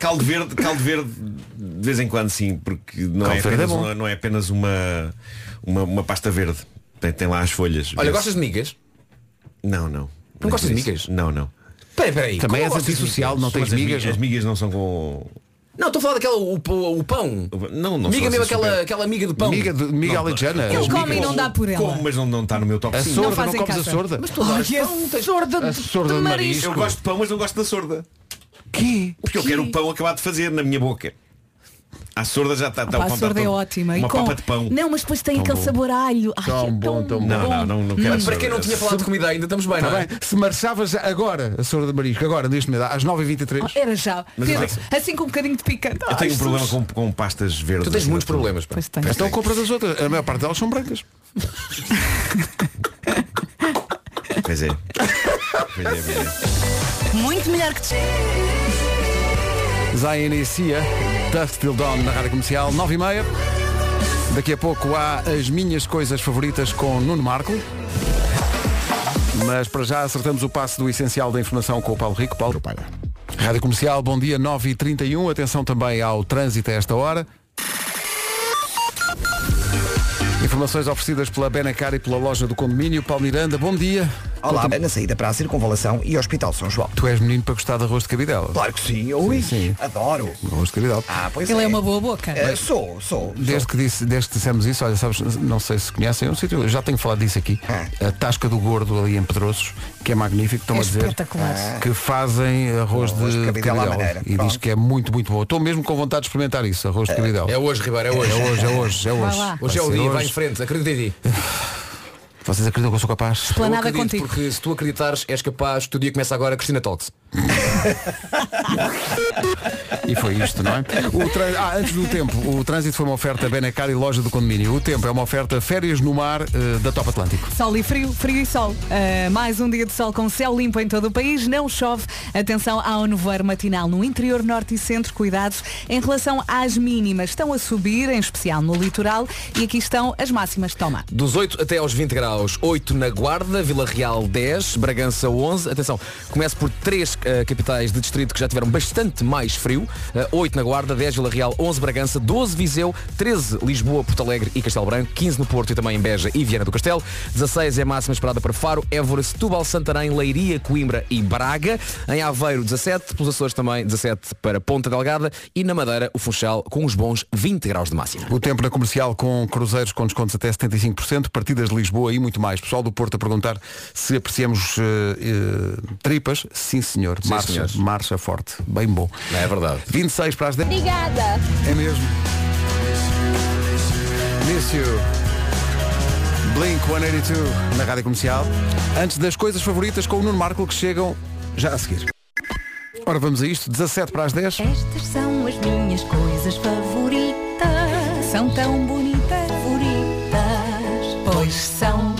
S12: Caldo verde, caldo verde de vez em quando sim, porque não,
S1: Caldo
S12: é
S1: verde é
S12: apenas,
S1: bom.
S12: uma, não é apenas uma, uma, uma pasta verde. Tem, tem lá as folhas.
S8: Olha,
S12: Vê-se.
S8: gostas de migas?
S12: Não, não.
S8: Não gostas de
S12: Isso.
S8: migas?
S12: Não, não.
S8: Peraí, peraí.
S1: Também é
S8: como
S1: és
S8: gostas de
S1: antissocial,
S8: migas?
S1: não tens
S12: Mas as
S1: migas.
S12: As migas não são com.
S8: Não, estou a falar daquela, o, o- o pão.
S12: Não, não
S8: miga
S12: são
S8: mesmo,
S12: assim
S8: aquela,
S12: super-
S8: aquela miga de pão.
S1: Miga de Miguel Alejana.
S8: É,
S3: Ele
S1: As
S3: come
S1: migas.
S3: e não dá por ela.
S12: Como, mas não, não está no meu top
S1: A
S12: 5.
S1: sorda, não
S3: fazem
S1: comes a
S3: casa.
S1: sorda?
S8: Mas tu adoras
S3: Ai, a
S8: pão, tens-
S3: sorda
S1: A
S3: de-
S1: sorda de marisco.
S12: Eu gosto de pão, mas não gosto da sorda.
S1: Quê?
S12: Porque eu quero o pão acabado de fazer na minha boca. A sorda já tá, está. está
S3: Pá,
S12: o
S3: a
S12: pão
S3: sorda
S12: está
S3: é
S12: todo-
S3: ótima.
S12: Uma
S3: e com...
S12: papa de pão.
S3: Não, mas depois tem aquele
S1: bom.
S3: sabor a alho. Ai,
S1: Tão
S3: é
S1: bom, tão
S12: Não, não, não, não quero.
S8: Mas para quem não tinha falado de comida ainda, estamos bem,
S1: Tá
S8: não é?
S1: bem. Se marchavas agora a sorda de marisco, agora, neste momento, às 9h23.
S3: Oh, Era já.
S12: Mas
S3: Pedro,
S12: olha-
S3: assim com um bocadinho de picante.
S12: Eu tenho
S3: Ai,
S12: um problema com, com pastas verdes.
S8: Ah, Tu tens muitos
S12: Aquilo.
S8: problemas. pá.
S3: Pois
S12: Ah, é.
S3: tem.
S1: Então compras as outras. A maior parte delas são brancas.
S12: Pois é. Pois é, pois é.
S5: Muito melhor que
S1: Zayn e Cia, Dust Till Dawn na Rádio Comercial, 9h30. Daqui a pouco há as minhas coisas favoritas com Nuno Marco. Mas para já acertamos o passo do essencial da informação com o Paulo Rico. Paulo Palha. Rádio Comercial, bom dia, 9h31. Atenção também ao trânsito a esta hora. Informações oferecidas pela Benacar e pela loja do condomínio. Paulo Miranda, bom dia.
S2: Olá, na saída para a Circunvalação e Hospital São João.
S1: Tu és menino para gostar de arroz de cabidela.
S2: Claro que sim, ui,
S1: sim.
S2: adoro.
S1: Arroz de cabidela.
S2: Ah, pois
S3: Ele é uma boa boca.
S2: Eh, sou, sou.
S1: Desde que, disse, desde que dissemos isso, olha, sabes, não sei se conhecem, é um sítio, eu já tenho falado disso aqui,
S2: Ah.
S1: a Tasca do Gordo ali em Pedrosos, que é magnífico, estão
S3: É
S1: a dizer
S3: espetacular.
S1: que fazem arroz de,
S2: Ah. Arroz de cabidela à
S1: cabidela,
S2: maneira.
S1: e
S2: Pronto.
S1: diz que é muito, muito bom. Estou mesmo com vontade de experimentar isso, arroz de cabidela.
S8: É hoje, Ribeiro, é hoje.
S1: É hoje, é hoje, é hoje.
S3: lá.
S8: Hoje é
S1: Vai
S8: o
S1: ser
S8: dia,
S1: hoje.
S8: vai em frente, acredita em ti.
S1: Vocês acreditam que eu sou capaz?
S8: Eu
S3: Planada
S8: acredito,
S3: contigo.
S8: Porque se tu acreditares, és capaz, o teu dia começa agora, Cristina Talks.
S1: E foi isto, não é? O trân- ah, antes do tempo, o trânsito foi uma oferta Benacar e loja do condomínio. O tempo é uma oferta férias no mar eh, da Top Atlântico.
S3: Sol e frio, frio e sol. Ah, mais um dia de sol com céu limpo em todo o país, não chove. Atenção ao nevoeiro matinal no interior norte e centro, cuidados. Em relação às mínimas, estão a subir, em especial no litoral, e aqui estão as máximas. Toma.
S8: Dos 8 até aos 20 graus, 8 na Guarda, Vila Real 10, Bragança 11. Atenção, começo por três eh, capitais de distrito que já tiveram bastante mais frio. Eh, 8 na Guarda, 10 Vila Real, 11 Bragança, 12 Viseu, 13 Lisboa, Porto Alegre e Castelo Branco, 15 no Porto e também em Beja e Viana do Castelo, 16 é a máxima esperada para Faro, Évora, Setúbal, Santarém, Leiria, Coimbra e Braga. Em Aveiro, 17, pelos Açores também 17 para Ponta Delgada e na Madeira, o Funchal, com os bons 20 graus de máxima.
S1: O tempo na comercial com cruzeiros com descontos até 75%, partidas de Lisboa e muito mais. Pessoal do Porto a perguntar se apreciamos eh, eh, tripas. Sim, senhor. marcha,
S8: senhores.
S1: marcha forte. Bem bom.
S8: É verdade.
S1: 26 para as 10.
S7: Obrigada.
S1: É mesmo. Miss you. Blink 182 na rádio comercial. Antes das coisas favoritas com o Nuno Marco que chegam já a seguir. Ora, vamos a isto. 17 para as 10.
S5: Estas são as minhas coisas favoritas.
S3: São tão bonitas,
S5: Favoritas.
S3: pois são.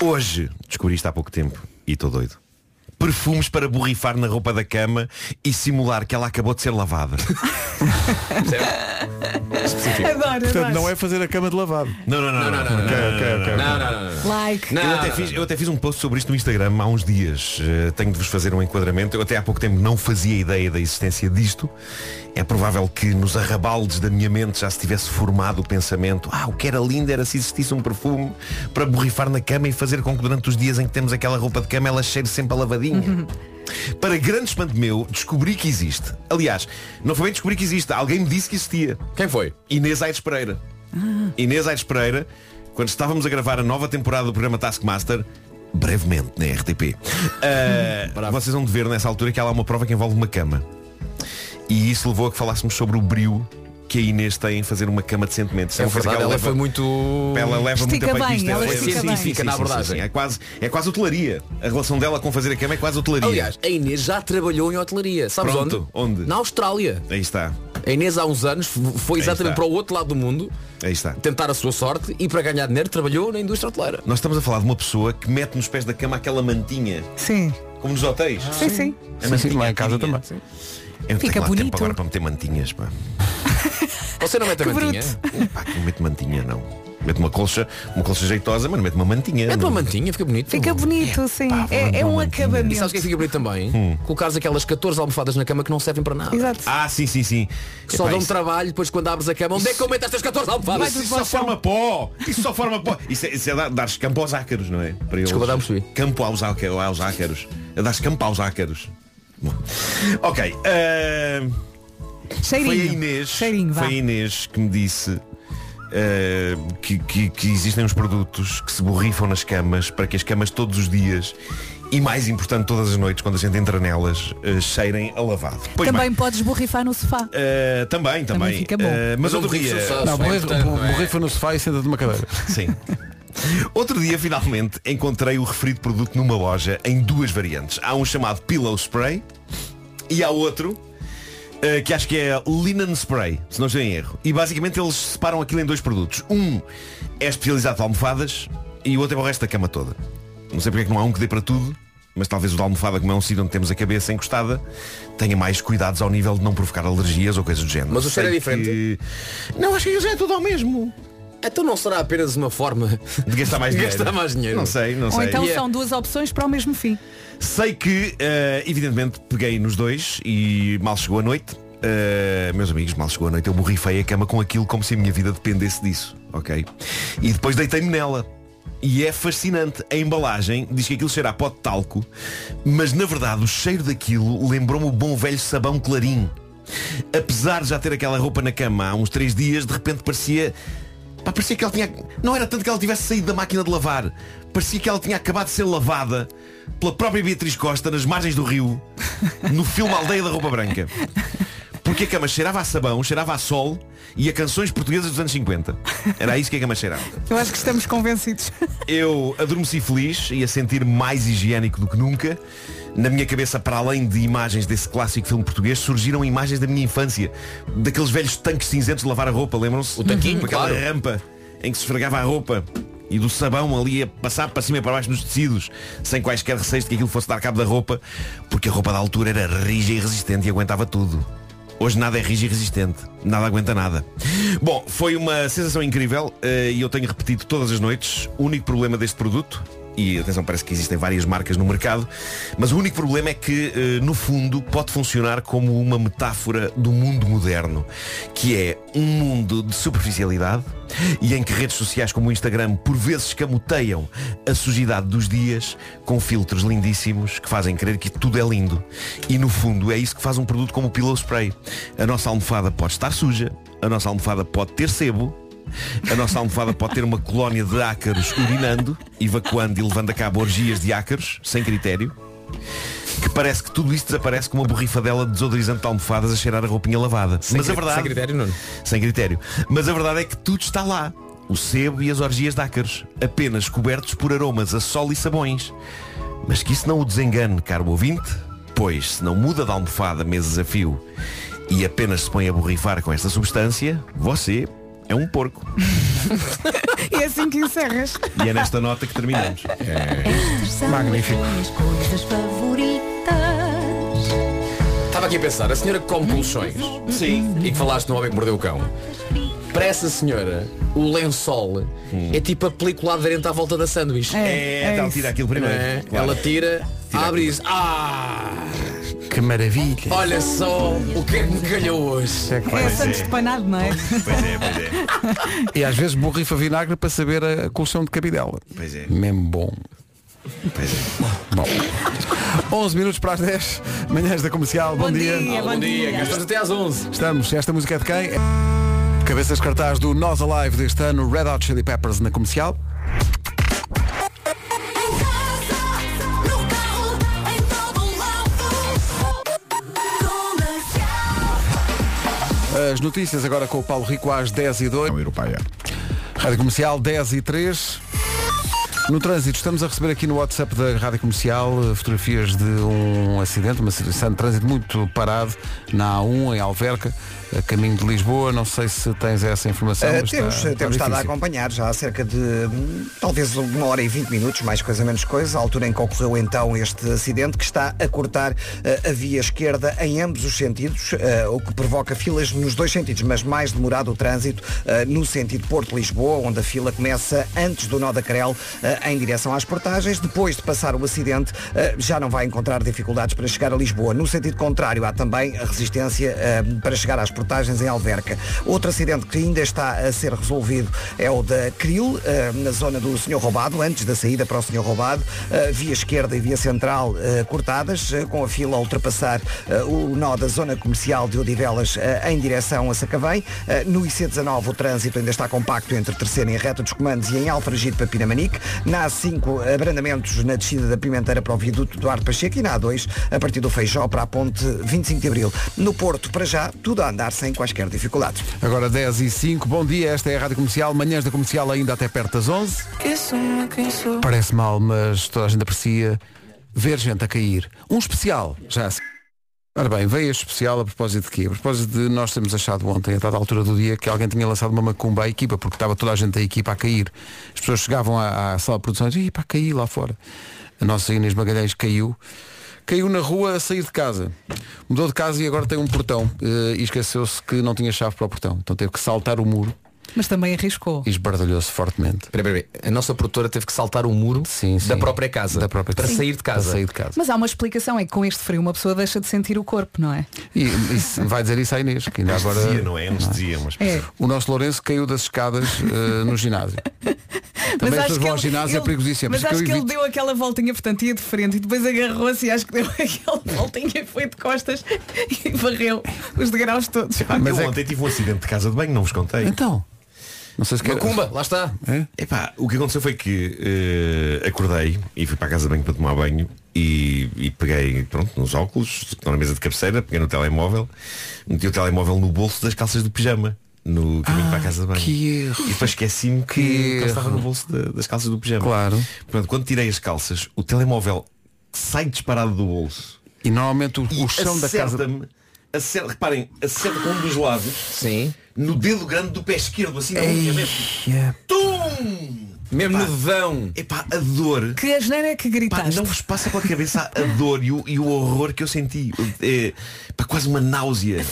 S12: é. Hoje descobri isto há pouco tempo e estou doido. perfumes para borrifar na roupa da cama e simular que ela acabou de ser lavada. Específico.
S3: Adoro,
S1: Portanto,
S3: adoro.
S1: não é fazer a cama de lavado.
S12: Não, não, não, não, não,
S1: Ok, ok, ok.
S6: Não, não, não. não.
S3: Like.
S12: eu,
S6: Não,
S12: até
S6: não,
S12: fiz, eu até fiz um post sobre isto no Instagram há uns dias. Eh, tenho de vos fazer um enquadramento. Eu até há pouco tempo não fazia ideia da existência disto. É provável que nos arrabaldes da minha mente já se tivesse formado o pensamento Ah, o que era lindo era se existisse um perfume para borrifar na cama e fazer com que durante os dias em que temos aquela roupa de cama ela cheire sempre a lavadinha. Para grande espanto meu, descobri que existe. Aliás, não foi bem descobrir que existe. Alguém me disse que existia.
S6: Quem foi?
S12: Inês Aires Pereira.
S3: Ah.
S12: Inês Aires Pereira, quando estávamos a gravar a nova temporada do programa Taskmaster, brevemente na RTP,
S3: Hum,
S12: ah, vocês vão de ver nessa altura que ela há uma prova que envolve uma cama. E isso levou a que falássemos sobre o brio que a Inês tem em fazer uma cama decentemente. Isso
S6: É
S12: uma coisa
S6: verdade,
S12: que
S6: ela
S12: leva-
S6: foi muito...
S12: ela leva
S3: Estica
S12: muito
S3: bem,
S12: a peito é disto,
S3: ela
S12: leva-
S3: estica
S12: Sim,
S3: bem.
S12: sim, sim,
S6: na
S12: sim, sim,
S6: abordagem.
S12: sim. É quase, é quase hotelaria. A relação dela com fazer a cama é quase hotelaria.
S6: Aliás, a Inês já trabalhou em hotelaria. Sabes
S12: Pronto,
S6: onde?
S12: onde?
S6: Na Austrália.
S12: Aí está.
S6: A Inês há uns anos f- foi
S12: Aí
S6: exatamente
S12: está.
S6: para o outro lado do mundo
S12: Aí está.
S6: tentar a sua sorte e para ganhar dinheiro trabalhou na indústria hoteleira.
S12: Nós estamos a falar de uma pessoa que mete nos pés da cama aquela mantinha,
S3: Sim.
S12: como nos hotéis.
S6: Ah.
S3: Sim, sim.
S12: A
S1: Sim, sim,
S12: mantinha,
S1: lá
S12: a
S1: em casa
S12: mantinha.
S1: também.
S12: Eu não
S3: Fica
S12: tenho lá
S3: bonito.
S12: tempo agora para meter mantinhas, pá.
S6: Você não é mete a
S3: Que
S6: mantinha?
S12: Pá, que não meto mantinha, não. Meto uma colcha, uma colcha jeitosa, mas não meto uma mantinha.
S6: Mete
S12: não.
S6: uma É mantinha, fica bonito.
S3: Fica bonito, sim.
S12: pá,
S3: É, é um
S12: vamos dar uma
S6: E sabes o
S3: acabamento.
S6: que é que fica bonito também?
S12: Hum.
S6: Colocares aquelas 14 almofadas na cama que não servem para nada.
S3: Exato.
S12: Ah, sim, sim, sim.
S6: Que Só
S12: Epá,
S6: dão
S12: isso-
S6: trabalho depois quando abres a cama. Onde é que eu meto estas 14 almofadas?
S12: Isso só forma pó! Isso só forma pó! Isso é, isso é dar- dar-se campo aos ácaros, não é? Para eles.
S6: Desculpa, não percebi.
S12: Campo aos, áca- aos ácaros. É dar-se campo aos ácaros. Bom. Ok. ah, Foi a
S3: Cheirinho.
S12: Inês,
S3: Cheirinho, vá.
S12: foi a Inês que me disse eh, que, que- que existem uns produtos que se borrifam nas camas para que as camas todos os dias e mais importante todas as noites quando a gente entra nelas eh, cheirem a lavado. Pois
S3: Também
S12: bem,
S3: podes borrifar no sofá.
S12: eh, também, também.
S3: Também fica bom.
S12: Eh, mas
S6: Mas
S12: outro
S6: um
S12: dia.
S6: rico só- Isso
S1: Não,
S6: é
S1: borrifa,
S6: importante, não é?
S1: borrifa no sofá e senta numa cadeira.
S12: Sim. Outro dia, finalmente, encontrei o referido produto numa loja em duas variantes. Há um chamado Pillow Spray e há outro eh, que acho que é Linen Spray, se não estou em erro. E basicamente eles separam aquilo em dois produtos. Um é especializado para almofadas e o outro é para o resto da cama toda. Não sei porque é que não há um que dê para tudo, mas talvez o da almofada, como é um sítio onde temos a cabeça encostada, tenha mais cuidados ao nível de não provocar alergias ou coisas do género.
S6: Mas o cheiro é
S12: Sei
S6: diferente?
S12: que- Não, acho que já é tudo ao mesmo.
S6: Então não será apenas uma forma
S12: De gastar mais
S6: De
S12: dinheiro.
S6: gastar mais dinheiro.
S12: Não sei, não
S3: Ou
S12: sei.
S3: então
S6: Yeah.
S3: são duas opções para o mesmo fim.
S12: Sei que, eh, evidentemente, peguei nos dois e mal chegou a noite. eh, meus amigos, mal chegou a noite, eu borrifei a cama com aquilo como se a minha vida dependesse disso, ok? E depois deitei-me nela. E é fascinante. A embalagem diz que aquilo cheira a pó de talco, mas na verdade o cheiro daquilo lembrou-me o bom velho sabão clarim. Apesar de já ter aquela roupa na cama há uns três dias, de repente parecia Pá, parecia que ela tinha. Não era tanto que ela tivesse saído da máquina de lavar. Parecia que ela tinha acabado de ser lavada pela própria Beatriz Costa nas margens do rio, no filme Aldeia da Roupa Branca. Porque a cama cheirava a sabão, cheirava a sol e a canções portuguesas dos anos 50. Era isso que a cama cheirava.
S3: Eu acho que estamos convencidos.
S12: Eu adormeci feliz e a sentir mais higiênico do que nunca. Na minha cabeça, para além de imagens desse clássico filme português, surgiram imagens da minha infância. Daqueles velhos tanques cinzentos de lavar a roupa, lembram-se?
S6: O tanquinho,
S12: Com aquela
S6: claro.
S12: rampa em que se esfregava a roupa. E do sabão ali a passar para cima e para baixo nos tecidos, sem quaisquer receios de que aquilo fosse dar cabo da roupa, porque a roupa da altura era rija e resistente e aguentava tudo. Hoje nada é rígido e resistente. Nada aguenta nada. Bom, foi uma sensação incrível eh, e eu tenho repetido todas as noites. O único problema deste produto, e atenção, parece que existem várias marcas no mercado, mas o único problema é que, eh, no fundo, pode funcionar como uma metáfora do mundo moderno, que é um mundo de superficialidade e em que redes sociais como o Instagram por vezes escamoteiam a sujidade dos dias com filtros lindíssimos que fazem crer que tudo é lindo. E no fundo é isso que faz um produto como o Pillow Spray. A nossa almofada pode estar suja, a nossa almofada pode ter sebo, a nossa almofada pode ter uma colónia de ácaros urinando, evacuando e levando a cabo orgias de ácaros, sem critério. Que parece que tudo isto desaparece com uma borrifadela de desodorizante de almofadas a cheirar a roupinha lavada. Mas a
S6: cri-
S12: verdade
S6: sem critério, Nuno.
S12: sem critério. Mas a verdade é que tudo está lá. O sebo e as orgias de ácaros, apenas cobertos por aromas a sol e sabões. Mas que isso não o desengane, caro ouvinte, pois se não muda de almofada meses a fio e apenas se põe a borrifar com esta substância, você é um porco.
S3: E é assim que encerras.
S12: E é nesta nota que terminamos. É,
S5: Estas são
S1: Magnífico.
S5: as minhas coisas favoritas.
S8: Estava aqui a pensar, a senhora que come colchões
S12: Sim.
S8: e que falaste no homem que mordeu o cão. Para essa senhora, o lençol é tipo a película aderente à volta da sanduíche.
S12: É,
S3: é
S12: então
S3: isso.
S12: tira aquilo
S8: Não
S12: primeiro.
S8: é?
S12: Claro.
S8: Ela tira, abre e diz, ah,
S1: Que maravilha.
S8: olha só o que é que me calhou hoje.
S1: É que
S3: É
S1: vai.
S3: Santos de Panado, não é?
S12: Pois é, pois é.
S1: E às vezes borrifa vinagre para saber a coleção de cabidela.
S12: Pois é.
S1: Mesmo bom.
S12: Pois é.
S1: Bom. 11 minutos para as 10. Manhãs da comercial. Bom,
S3: dia, É, bom dia.
S8: cá Estamos até às 11.
S1: Estamos. Esta música é de quem? Cabeças de cartaz do Nós Alive deste ano, Red Hot Chili Peppers na comercial. As notícias agora com o Paulo Rico às 10 e 2.
S12: Europeia.
S1: Rádio Comercial 10 e 3. No trânsito, estamos a receber aqui no WhatsApp da Rádio Comercial eh, fotografias de um acidente, uma situação de trânsito muito parado na A1 em Alverca, a caminho de Lisboa. Não sei se tens essa informação.
S2: Uh,
S1: mas está-
S2: temos
S1: está
S2: temos estado a
S1: difícil.
S2: acompanhar já há cerca de hum, talvez uma hora e vinte minutos, mais coisa menos coisa, a altura em que ocorreu então este acidente que está a cortar uh, a via esquerda em ambos os sentidos, uh, o que provoca filas nos dois sentidos, mas mais demorado o trânsito uh, no sentido Porto-Lisboa, onde a fila começa antes do nó da Crel uh, em direção às portagens. Depois de passar o acidente, uh, já não vai encontrar dificuldades para chegar a Lisboa. No sentido contrário, há também a resistência uh, para chegar às portagens em Alverca. Outro acidente que ainda está a ser resolvido é o da Cril, uh, na zona do Senhor Roubado, antes da saída para o Senhor Roubado, uh, via esquerda e via central uh, cortadas, uh, com a fila a ultrapassar uh, o nó da zona comercial de Odivelas uh, em direção a Sacavém. Uh, no IC19 o trânsito ainda está compacto entre Terceira e Reta dos Comandos e em Alfragido para Pinamanique. Na A5, abrandamentos na descida da Pimenteira para o viaduto Eduardo Pacheco e na A2, a partir do Feijó para a ponte 25 de Abril. No Porto, para já, tudo a andar sem quaisquer dificuldades.
S1: Agora 10 e 5. Bom dia, esta é a Rádio Comercial. Manhãs da Comercial ainda até perto das 11. Parece mal, mas toda a gente aprecia ver gente a cair. Um especial, já assim. Ora bem, veio este especial a propósito de quê? A propósito de nós termos achado ontem, a dada altura do dia, que alguém tinha lançado uma macumba à equipa, porque estava toda a gente da equipa a cair. As pessoas chegavam à, à sala de produção e diziam, "Ih, pá, caí lá fora. A nossa Inês Magalhães caiu. Caiu na rua a sair de casa. Mudou de casa e agora tem um portão. eh, E esqueceu-se que não tinha chave para o portão. Então teve que saltar o muro
S3: Mas também arriscou.
S1: e esbardalhou-se fortemente.
S8: Espera, espera, espera. A nossa produtora teve que saltar o muro
S1: Sim, sim.
S8: da própria casa.
S1: Da própria
S8: para
S1: casa.
S8: sair de casa.
S1: Para sair de casa.
S3: Mas há uma explicação, é que com este frio uma pessoa deixa de sentir o corpo, não é?
S1: E, e se- vai dizer isso à Inês, que ainda agora.
S12: Anestesia, não é? Anestesia, mas
S3: É.
S1: O nosso Lourenço caiu das escadas eh, no ginásio. Também as pessoas vão ao ginásio, é perigosíssimo.
S3: Mas
S1: Por isso que
S3: acho que,
S1: eu
S3: ele
S1: evito.
S3: deu aquela voltinha, portanto ia de frente e depois agarrou-se e acho que deu aquela voltinha e foi de costas e varreu os degraus todos.
S1: Mas
S12: Mas
S1: é
S12: eu ontem tive um acidente de casa de banho, não vos contei.
S1: Então. Não sei se quer. É?
S8: Macumba, lá está.
S12: Epá, o que aconteceu foi que eh, acordei e fui para a casa de banho para tomar banho e, e peguei pronto, nos óculos, que estão na mesa de cabeceira, peguei no telemóvel, meti o telemóvel no bolso das calças do pijama, no caminho para a casa de banho.
S1: Ah, que erro.
S12: E depois esqueci-me que,
S1: Que
S12: que ele estava
S1: erro.
S12: no bolso da- das calças do pijama.
S1: Claro.
S12: Pronto, quando tirei as calças, o telemóvel sai disparado do bolso
S1: E normalmente o,
S12: e
S1: o chão da casa.
S12: acerta-me, acerta, reparem, acerta com um dos lados
S8: Sim.
S12: no dedo grande do pé esquerdo, assim na unha mesmo. Tum!
S8: Mesmo
S12: Pá.
S8: no dedão.
S12: Epá, a dor.
S3: Que asneira é que
S12: Pá,
S3: gritaste.
S12: não vos passa pela cabeça a dor e o, e o horror que eu senti. É, pá, quase uma náusea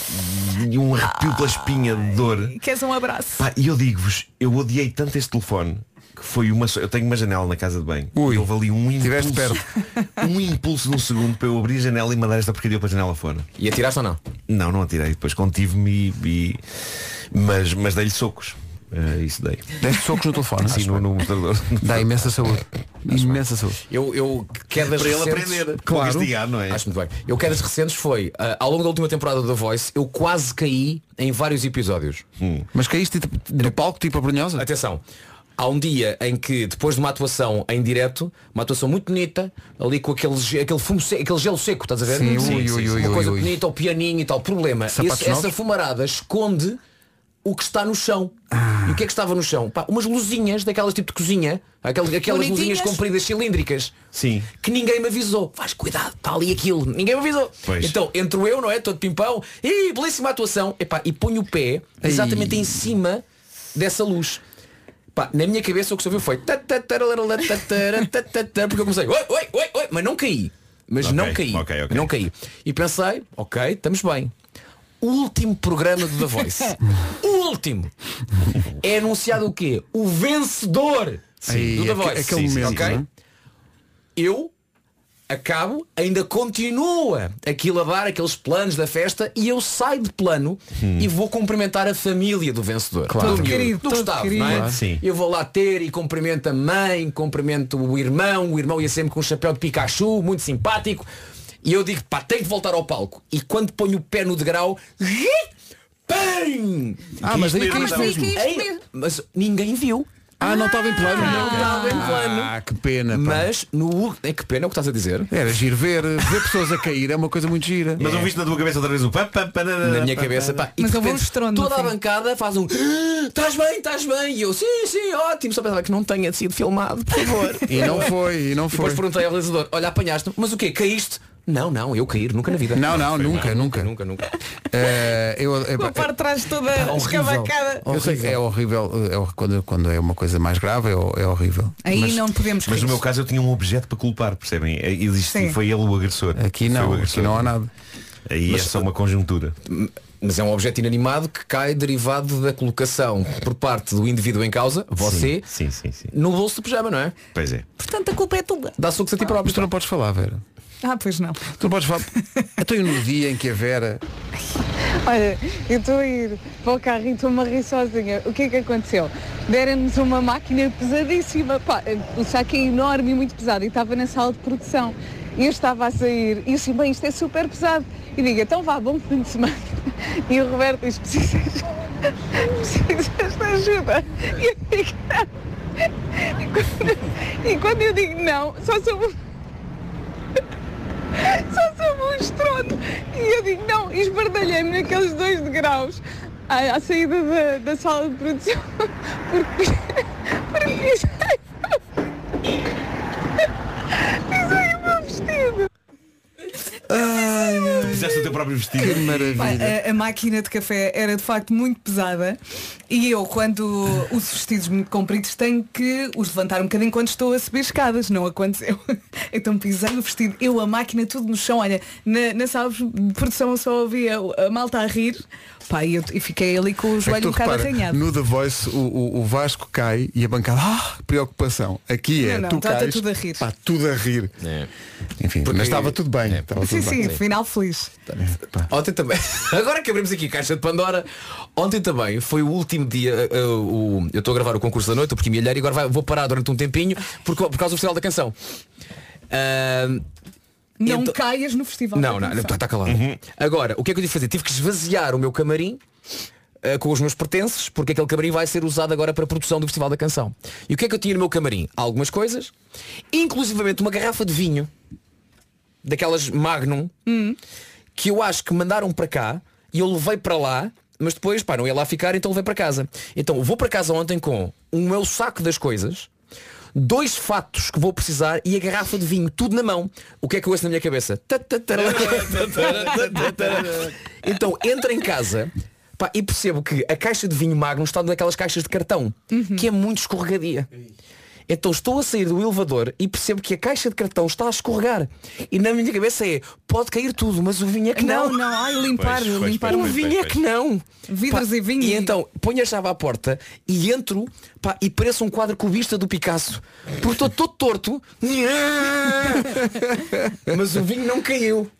S12: e um arrepio pela espinha de dor.
S3: Queres um abraço?
S12: Pá, e eu digo-vos, eu odiei tanto este telefone que foi uma só- Eu tenho uma janela na casa de banho.
S1: Ui,
S12: E houve ali um
S1: estiveste
S12: impulso. Um impulso de um segundo para eu abrir a janela e mandar esta porcaria para a janela fora.
S8: E atiraste ou não?
S12: Não, não atirei, depois contive-me e, e- Mas, mas dei-lhe socos. Eh, isso dei.
S1: Deste socos no telefone.
S12: Sim, no, no mostrador.
S1: Dá imensa saúde. Imensa saúde.
S8: Eu, eu quedas
S12: Para ele
S8: recentes-
S12: aprender. Claro. Castigar, não é?
S8: Acho muito bem. Eu quedas recentes foi, ah, ao longo da última temporada da Voice, eu quase caí em vários episódios.
S1: Mas caíste tipo, do palco tipo a brunhosa?
S8: Atenção. Há um dia em que, depois de uma atuação em direto, uma atuação muito bonita, ali com aquele, ge- aquele, fumo seco, aquele gelo seco, estás a ver?
S1: Sim, ui, ui, ui,
S8: uma
S1: ui,
S8: coisa
S1: ui.
S8: bonita, o pianinho e tal. Problema,
S1: Sapatos
S8: esse- essa
S1: novos?
S8: fumarada esconde o que está no chão.
S1: Ah.
S8: E o que é que estava no chão? Pá, umas luzinhas daquelas tipo de cozinha, aquelas, aquelas
S3: Bonitinhas.
S8: luzinhas compridas cilíndricas.
S12: Sim.
S8: Que ninguém me avisou. Faz cuidado, está ali aquilo. Ninguém me avisou.
S12: Pois.
S8: Então, entro eu, não é? Todo pimpão. E belíssima atuação. Epá, e ponho o pé exatamente em cima dessa luz. Pá, na minha cabeça o que se ouviu foi ta- ta- taralala, ta- tara, ta- ta- ta, porque eu comecei oi, oi, oi, oi, mas não caí. Mas
S12: Ok,
S8: não caí.
S12: ok, ok.
S8: Não caí. E pensei, ok, estamos bem. Último programa do The Voice. Último. É anunciado o quê? O vencedor
S1: Aí,
S8: do The
S1: aque-
S8: Voice.
S1: aquele
S8: Sim, sim,
S1: momento,
S8: ok?
S1: não é?
S8: Eu acabo, ainda continua aquilo a dar, aqueles planos da festa, e eu saio de plano e vou cumprimentar a família do vencedor.
S3: Todo
S8: Do, miúdo,
S3: querido,
S8: do
S3: todo
S8: Gustavo,
S3: querido.
S8: não é?
S12: Claro. Sim.
S8: Eu vou lá ter e cumprimento a mãe, cumprimento o irmão, o irmão ia sempre com um chapéu de Pikachu, muito simpático. E eu digo, pá, tenho que voltar ao palco. E quando ponho o pé no degrau, PAM!
S1: Ah, mas aí
S12: Ah,
S1: queres
S12: mas
S1: mesmo.
S8: Ei, mas ninguém viu.
S1: Ah, não estava em plano.
S8: Não estava em plano.
S1: Ah, que pena. pá.
S8: Mas no ú- é que pena o que estás a dizer.
S1: Era giro ver, ver pessoas a cair é uma coisa muito gira.
S12: Mas ouviste na tua cabeça outra vez o pá, pá, pá,
S8: Na minha cabeça, pá, e
S3: Mas
S8: de
S3: houve um
S8: repente,
S3: estrondo no
S8: toda a
S3: fim.
S8: bancada faz um estás bem, estás bem, e eu sim, sim, ótimo, só pensava que não tenha sido filmado, por favor.
S1: E não foi, e não
S8: E
S1: foi.
S8: depois perguntei ao realizador, olha, apanhaste-me, mas o quê? Caíste? Não, não, eu cair, nunca na vida.
S1: Não, não, nunca, nunca.
S8: Nunca, nunca.
S1: Eh, eu, eh,
S3: Com a parte de trás toda escavacada.
S1: eu sei que é horrível, eh, é hor- quando, quando é uma coisa mais grave é, hor- é horrível.
S3: Aí
S1: Mas
S3: não podemos
S12: Mas
S3: rir.
S12: no meu caso eu tinha um objeto para culpar, percebem? É, Existe,
S3: Sim.
S12: foi ele o agressor.
S1: Aqui
S12: Foi o
S1: não, aqui
S12: agressor.
S1: não há nada.
S12: Aí é só uma conjuntura.
S8: Mas é um objeto inanimado que cai derivado da colocação por parte do indivíduo em causa, você,
S12: Sim, sim, sim.
S8: no bolso do pijama, não é?
S12: Pois é.
S3: Portanto, a culpa é tua.
S8: Dá sucos a ti
S1: Mas
S8: próprio.
S1: tu não podes falar, Vera.
S3: Ah, pois não.
S1: Tu não podes falar. Até no dia em que a Vera.
S11: Olha, eu estou a ir para o carro e estou-me a rir sozinha. O que é que aconteceu? Deram-nos uma máquina pesadíssima. Pá, o saco é enorme e muito pesado e estava na sala de produção. E eu estava a sair e eu assim, bem, isto é super pesado. E digo, então vá, bom fim de semana. E o Roberto diz, precisas, precisas de ajuda. E eu digo, não. E quando, e quando eu digo não, só sou só soube um estrondo. E eu digo, não, e esbardalhei-me naqueles dois degraus à, à saída da, da sala de produção. Porque, porque pisei, pisei o meu vestido.
S12: Fizeste o teu próprio vestido.
S1: Que maravilha.
S3: A, a máquina de café era de facto muito pesada e eu quando uso vestidos muito compridos tenho que os levantar um bocadinho quando estou a subir escadas, não aconteceu. Então pisei o vestido, eu a máquina tudo no chão, olha, na, na sala de produção eu só ouvia a malta a rir, pá, e eu e fiquei ali com o
S1: É que
S3: joelho
S1: tu
S3: um bocado
S1: repara,
S3: arranhado.
S1: no The Voice o, o- o Vasco cai e a bancada, ah, preocupação. Aqui é,
S3: Não, não,
S1: tu
S3: está- está
S1: cais,
S3: tudo a rir.
S1: pá, tudo a rir. Enfim, mas estava tudo bem. estava
S3: Sim,
S1: tudo bem.
S3: sim, final feliz.
S8: Ontem também. Agora que abrimos aqui a caixa de Pandora, ontem também foi o último dia. eh, eh, o- eu estou a gravar o concurso da noite, o Porquinho Milheiro, e agora vai- vou parar durante um tempinho por, co- por causa do Festival da Canção. Ah,
S3: Não
S8: Então-
S3: caias no festival.
S8: não,
S3: da
S8: não,
S3: canção.
S8: está calado. Agora, o que é que eu tive que fazer? Tive que esvaziar o meu camarim eh, com os meus pertences, porque aquele camarim vai ser usado agora para a produção do Festival da Canção. E o que é que eu tinha no meu camarim? Algumas coisas, inclusivamente uma garrafa de vinho, daquelas Magnum, que eu acho que mandaram para cá e eu levei para lá, mas depois, pá, não ia lá ficar, então levei para casa. Então vou para casa ontem com o meu saco das coisas, dois fatos que vou precisar e a garrafa de vinho, tudo na mão. O que é que eu ouço na minha cabeça? Ta, ta, tara, ta, tara, ta, ta, tara. então entro em casa. pá, e percebo que a caixa de vinho Magnum está naquelas caixas de cartão,
S3: Uhum.
S8: que é muito escorregadia. Então estou a sair do elevador e percebo que a caixa de cartão está a escorregar. E na minha cabeça é, pode cair tudo, mas o vinho é que não.
S3: Não, não, ai, limpar,
S12: Pois, pois,
S3: limpar.
S12: pois,
S3: o
S8: O
S12: pois.
S8: vinho é que não.
S3: Vidros
S8: Pá,
S3: e vinho.
S8: E então ponho a chave à porta e entro pá, e pareço um quadro cubista do Picasso. Porque estou todo torto. Mas o vinho não caiu.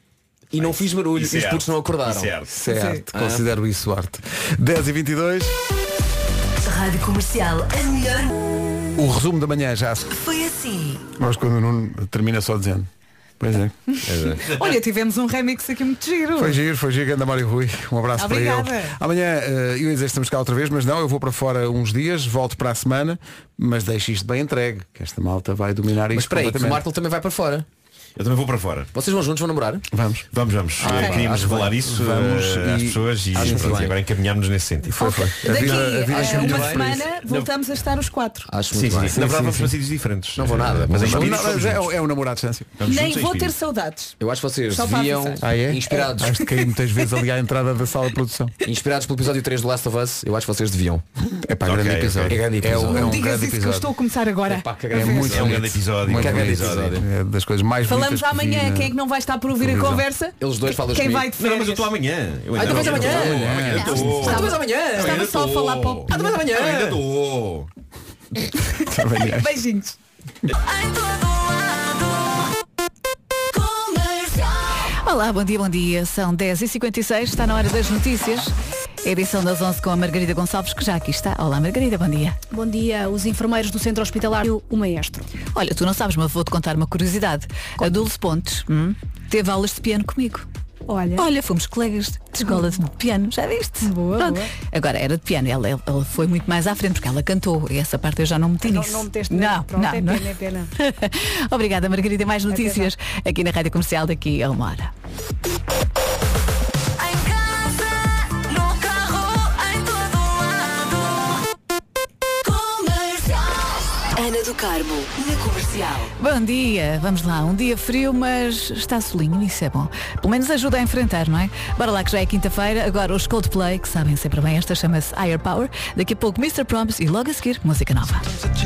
S8: E não fiz barulho.
S12: Isso
S8: e
S12: é
S8: os putos
S12: arte.
S8: não acordaram.
S12: Isso é arte.
S1: Isso é arte,
S3: Ah.
S1: considero isso arte. 10 e 22
S5: Rádio Comercial, a melhor
S1: o resumo da manhã já se...
S5: foi assim.
S1: Mas quando o Nuno termina só dizendo. Pois é.
S3: Olha, tivemos um remix aqui muito giro.
S1: Foi giro, foi giro, anda Mário Rui. Um abraço para
S3: Obrigada.
S1: ele. Amanhã eh, eu e o Zé estamos cá outra vez, mas não, eu vou para fora uns dias, volto para a semana, mas deixo isto bem entregue, que esta malta vai dominar
S8: Mas
S1: isto
S8: espera aí, que o
S1: completamente.
S8: Marco também vai para fora.
S12: Eu também vou para fora.
S8: Vocês vão juntos, vão namorar?
S1: Vamos.
S12: Vamos, vamos.
S8: Ah,
S12: Eh,
S8: bem.
S12: Queríamos
S8: Acho bem.
S12: falar isso
S1: Vamos
S12: eh, às
S1: e-
S12: pessoas e,
S8: Acho muito
S12: pronto, e
S8: bem.
S12: agora encaminhámos nesse sentido.
S8: Foi, foi.
S1: A
S13: Daqui
S1: vida- a vida
S13: a
S1: chega
S13: uma
S1: muito bem.
S13: semana voltamos a estar os quatro.
S8: Acho
S12: Sim,
S8: muito
S12: sim,
S8: bem.
S12: sim. Na verdade
S1: sim,
S12: vamos
S1: sim.
S12: para sítios diferentes.
S8: Não vou nada.
S12: Mas
S1: Não,
S12: em espírito
S1: não,
S12: estamos
S1: mas é,
S12: juntos.
S1: é um namorado à distância.
S12: Estamos
S13: Nem
S12: juntos em
S13: vou ter
S12: espírito.
S13: saudades.
S8: Eu acho que vocês
S13: Só para
S8: deviam,
S13: avisar.
S8: inspirados,
S1: Ah, é? Acho que caí muitas vezes ali à entrada da sala de produção.
S8: inspirados pelo episódio 3 do Last of Us, eu acho que vocês deviam.
S1: É pá,
S12: Ok,
S1: grande
S12: ok.
S1: episódio.
S8: É grande episódio.
S1: um- É um,
S8: Não
S13: Digas
S1: grande
S13: isso que eu
S1: episódio.
S13: estou a começar agora.
S8: Epá, que
S1: É
S8: grande
S1: muito
S12: É um
S1: bonito.
S12: grande episódio.
S1: Muito
S12: é um grande
S1: bonito.
S12: episódio.
S1: É das coisas mais bonitas
S13: Falamos
S1: que vi
S13: amanhã,
S1: na-
S13: quem é que não vai estar para ouvir a
S1: televisão.
S13: conversa?
S8: Eles dois falam
S13: Quem
S8: comigo.
S13: vai de
S12: Não, mas eu
S13: férias?
S12: estou amanhã. Eu
S8: Ah, tu vais
S12: não-
S8: amanhã?
S12: eu estou
S8: Amanhã.
S1: Então,
S12: eu estou.
S8: Ah, tu vais amanhã?
S13: Estava só a falar para o
S8: Ah, tu vais amanhã?
S12: Eu ainda estou.
S13: Beijinhos.
S3: Olá, bom dia, bom dia. São 10h56, está na hora das notícias. Edição das 11 com a Margarida Gonçalves, que já aqui está. Olá, Margarida, bom dia.
S14: Bom dia, os enfermeiros do Centro Hospitalar e o o maestro.
S3: Olha, tu não sabes, mas vou-te contar uma curiosidade. A Dulce Pontes hum, teve aulas de piano comigo.
S14: Olha,
S3: Olha, fomos colegas de escola de piano, já viste?
S14: Boa,
S3: Pronto.
S14: boa.
S3: Agora, era de piano, ela, ela foi muito mais à frente, porque ela cantou. E essa parte eu já não meti
S14: não,
S3: nisso.
S14: não meteste
S3: não,
S14: Pronto,
S3: não,
S14: é
S3: não.
S14: pena, é pena. É
S3: Obrigada, Margarida. Mais
S14: Até
S3: notícias aqui na Rádio Comercial daqui a uma hora.
S15: Ana do Carmo, na comercial.
S3: Bom dia, vamos lá. Um dia frio, mas está solinho, isso é bom. Pelo menos ajuda a enfrentar, não é? Bora lá que já é quinta-feira. Agora os Coldplay, que sabem sempre bem, esta chama-se Higher Power. Daqui a pouco Mr. Proms e logo a seguir, música nova.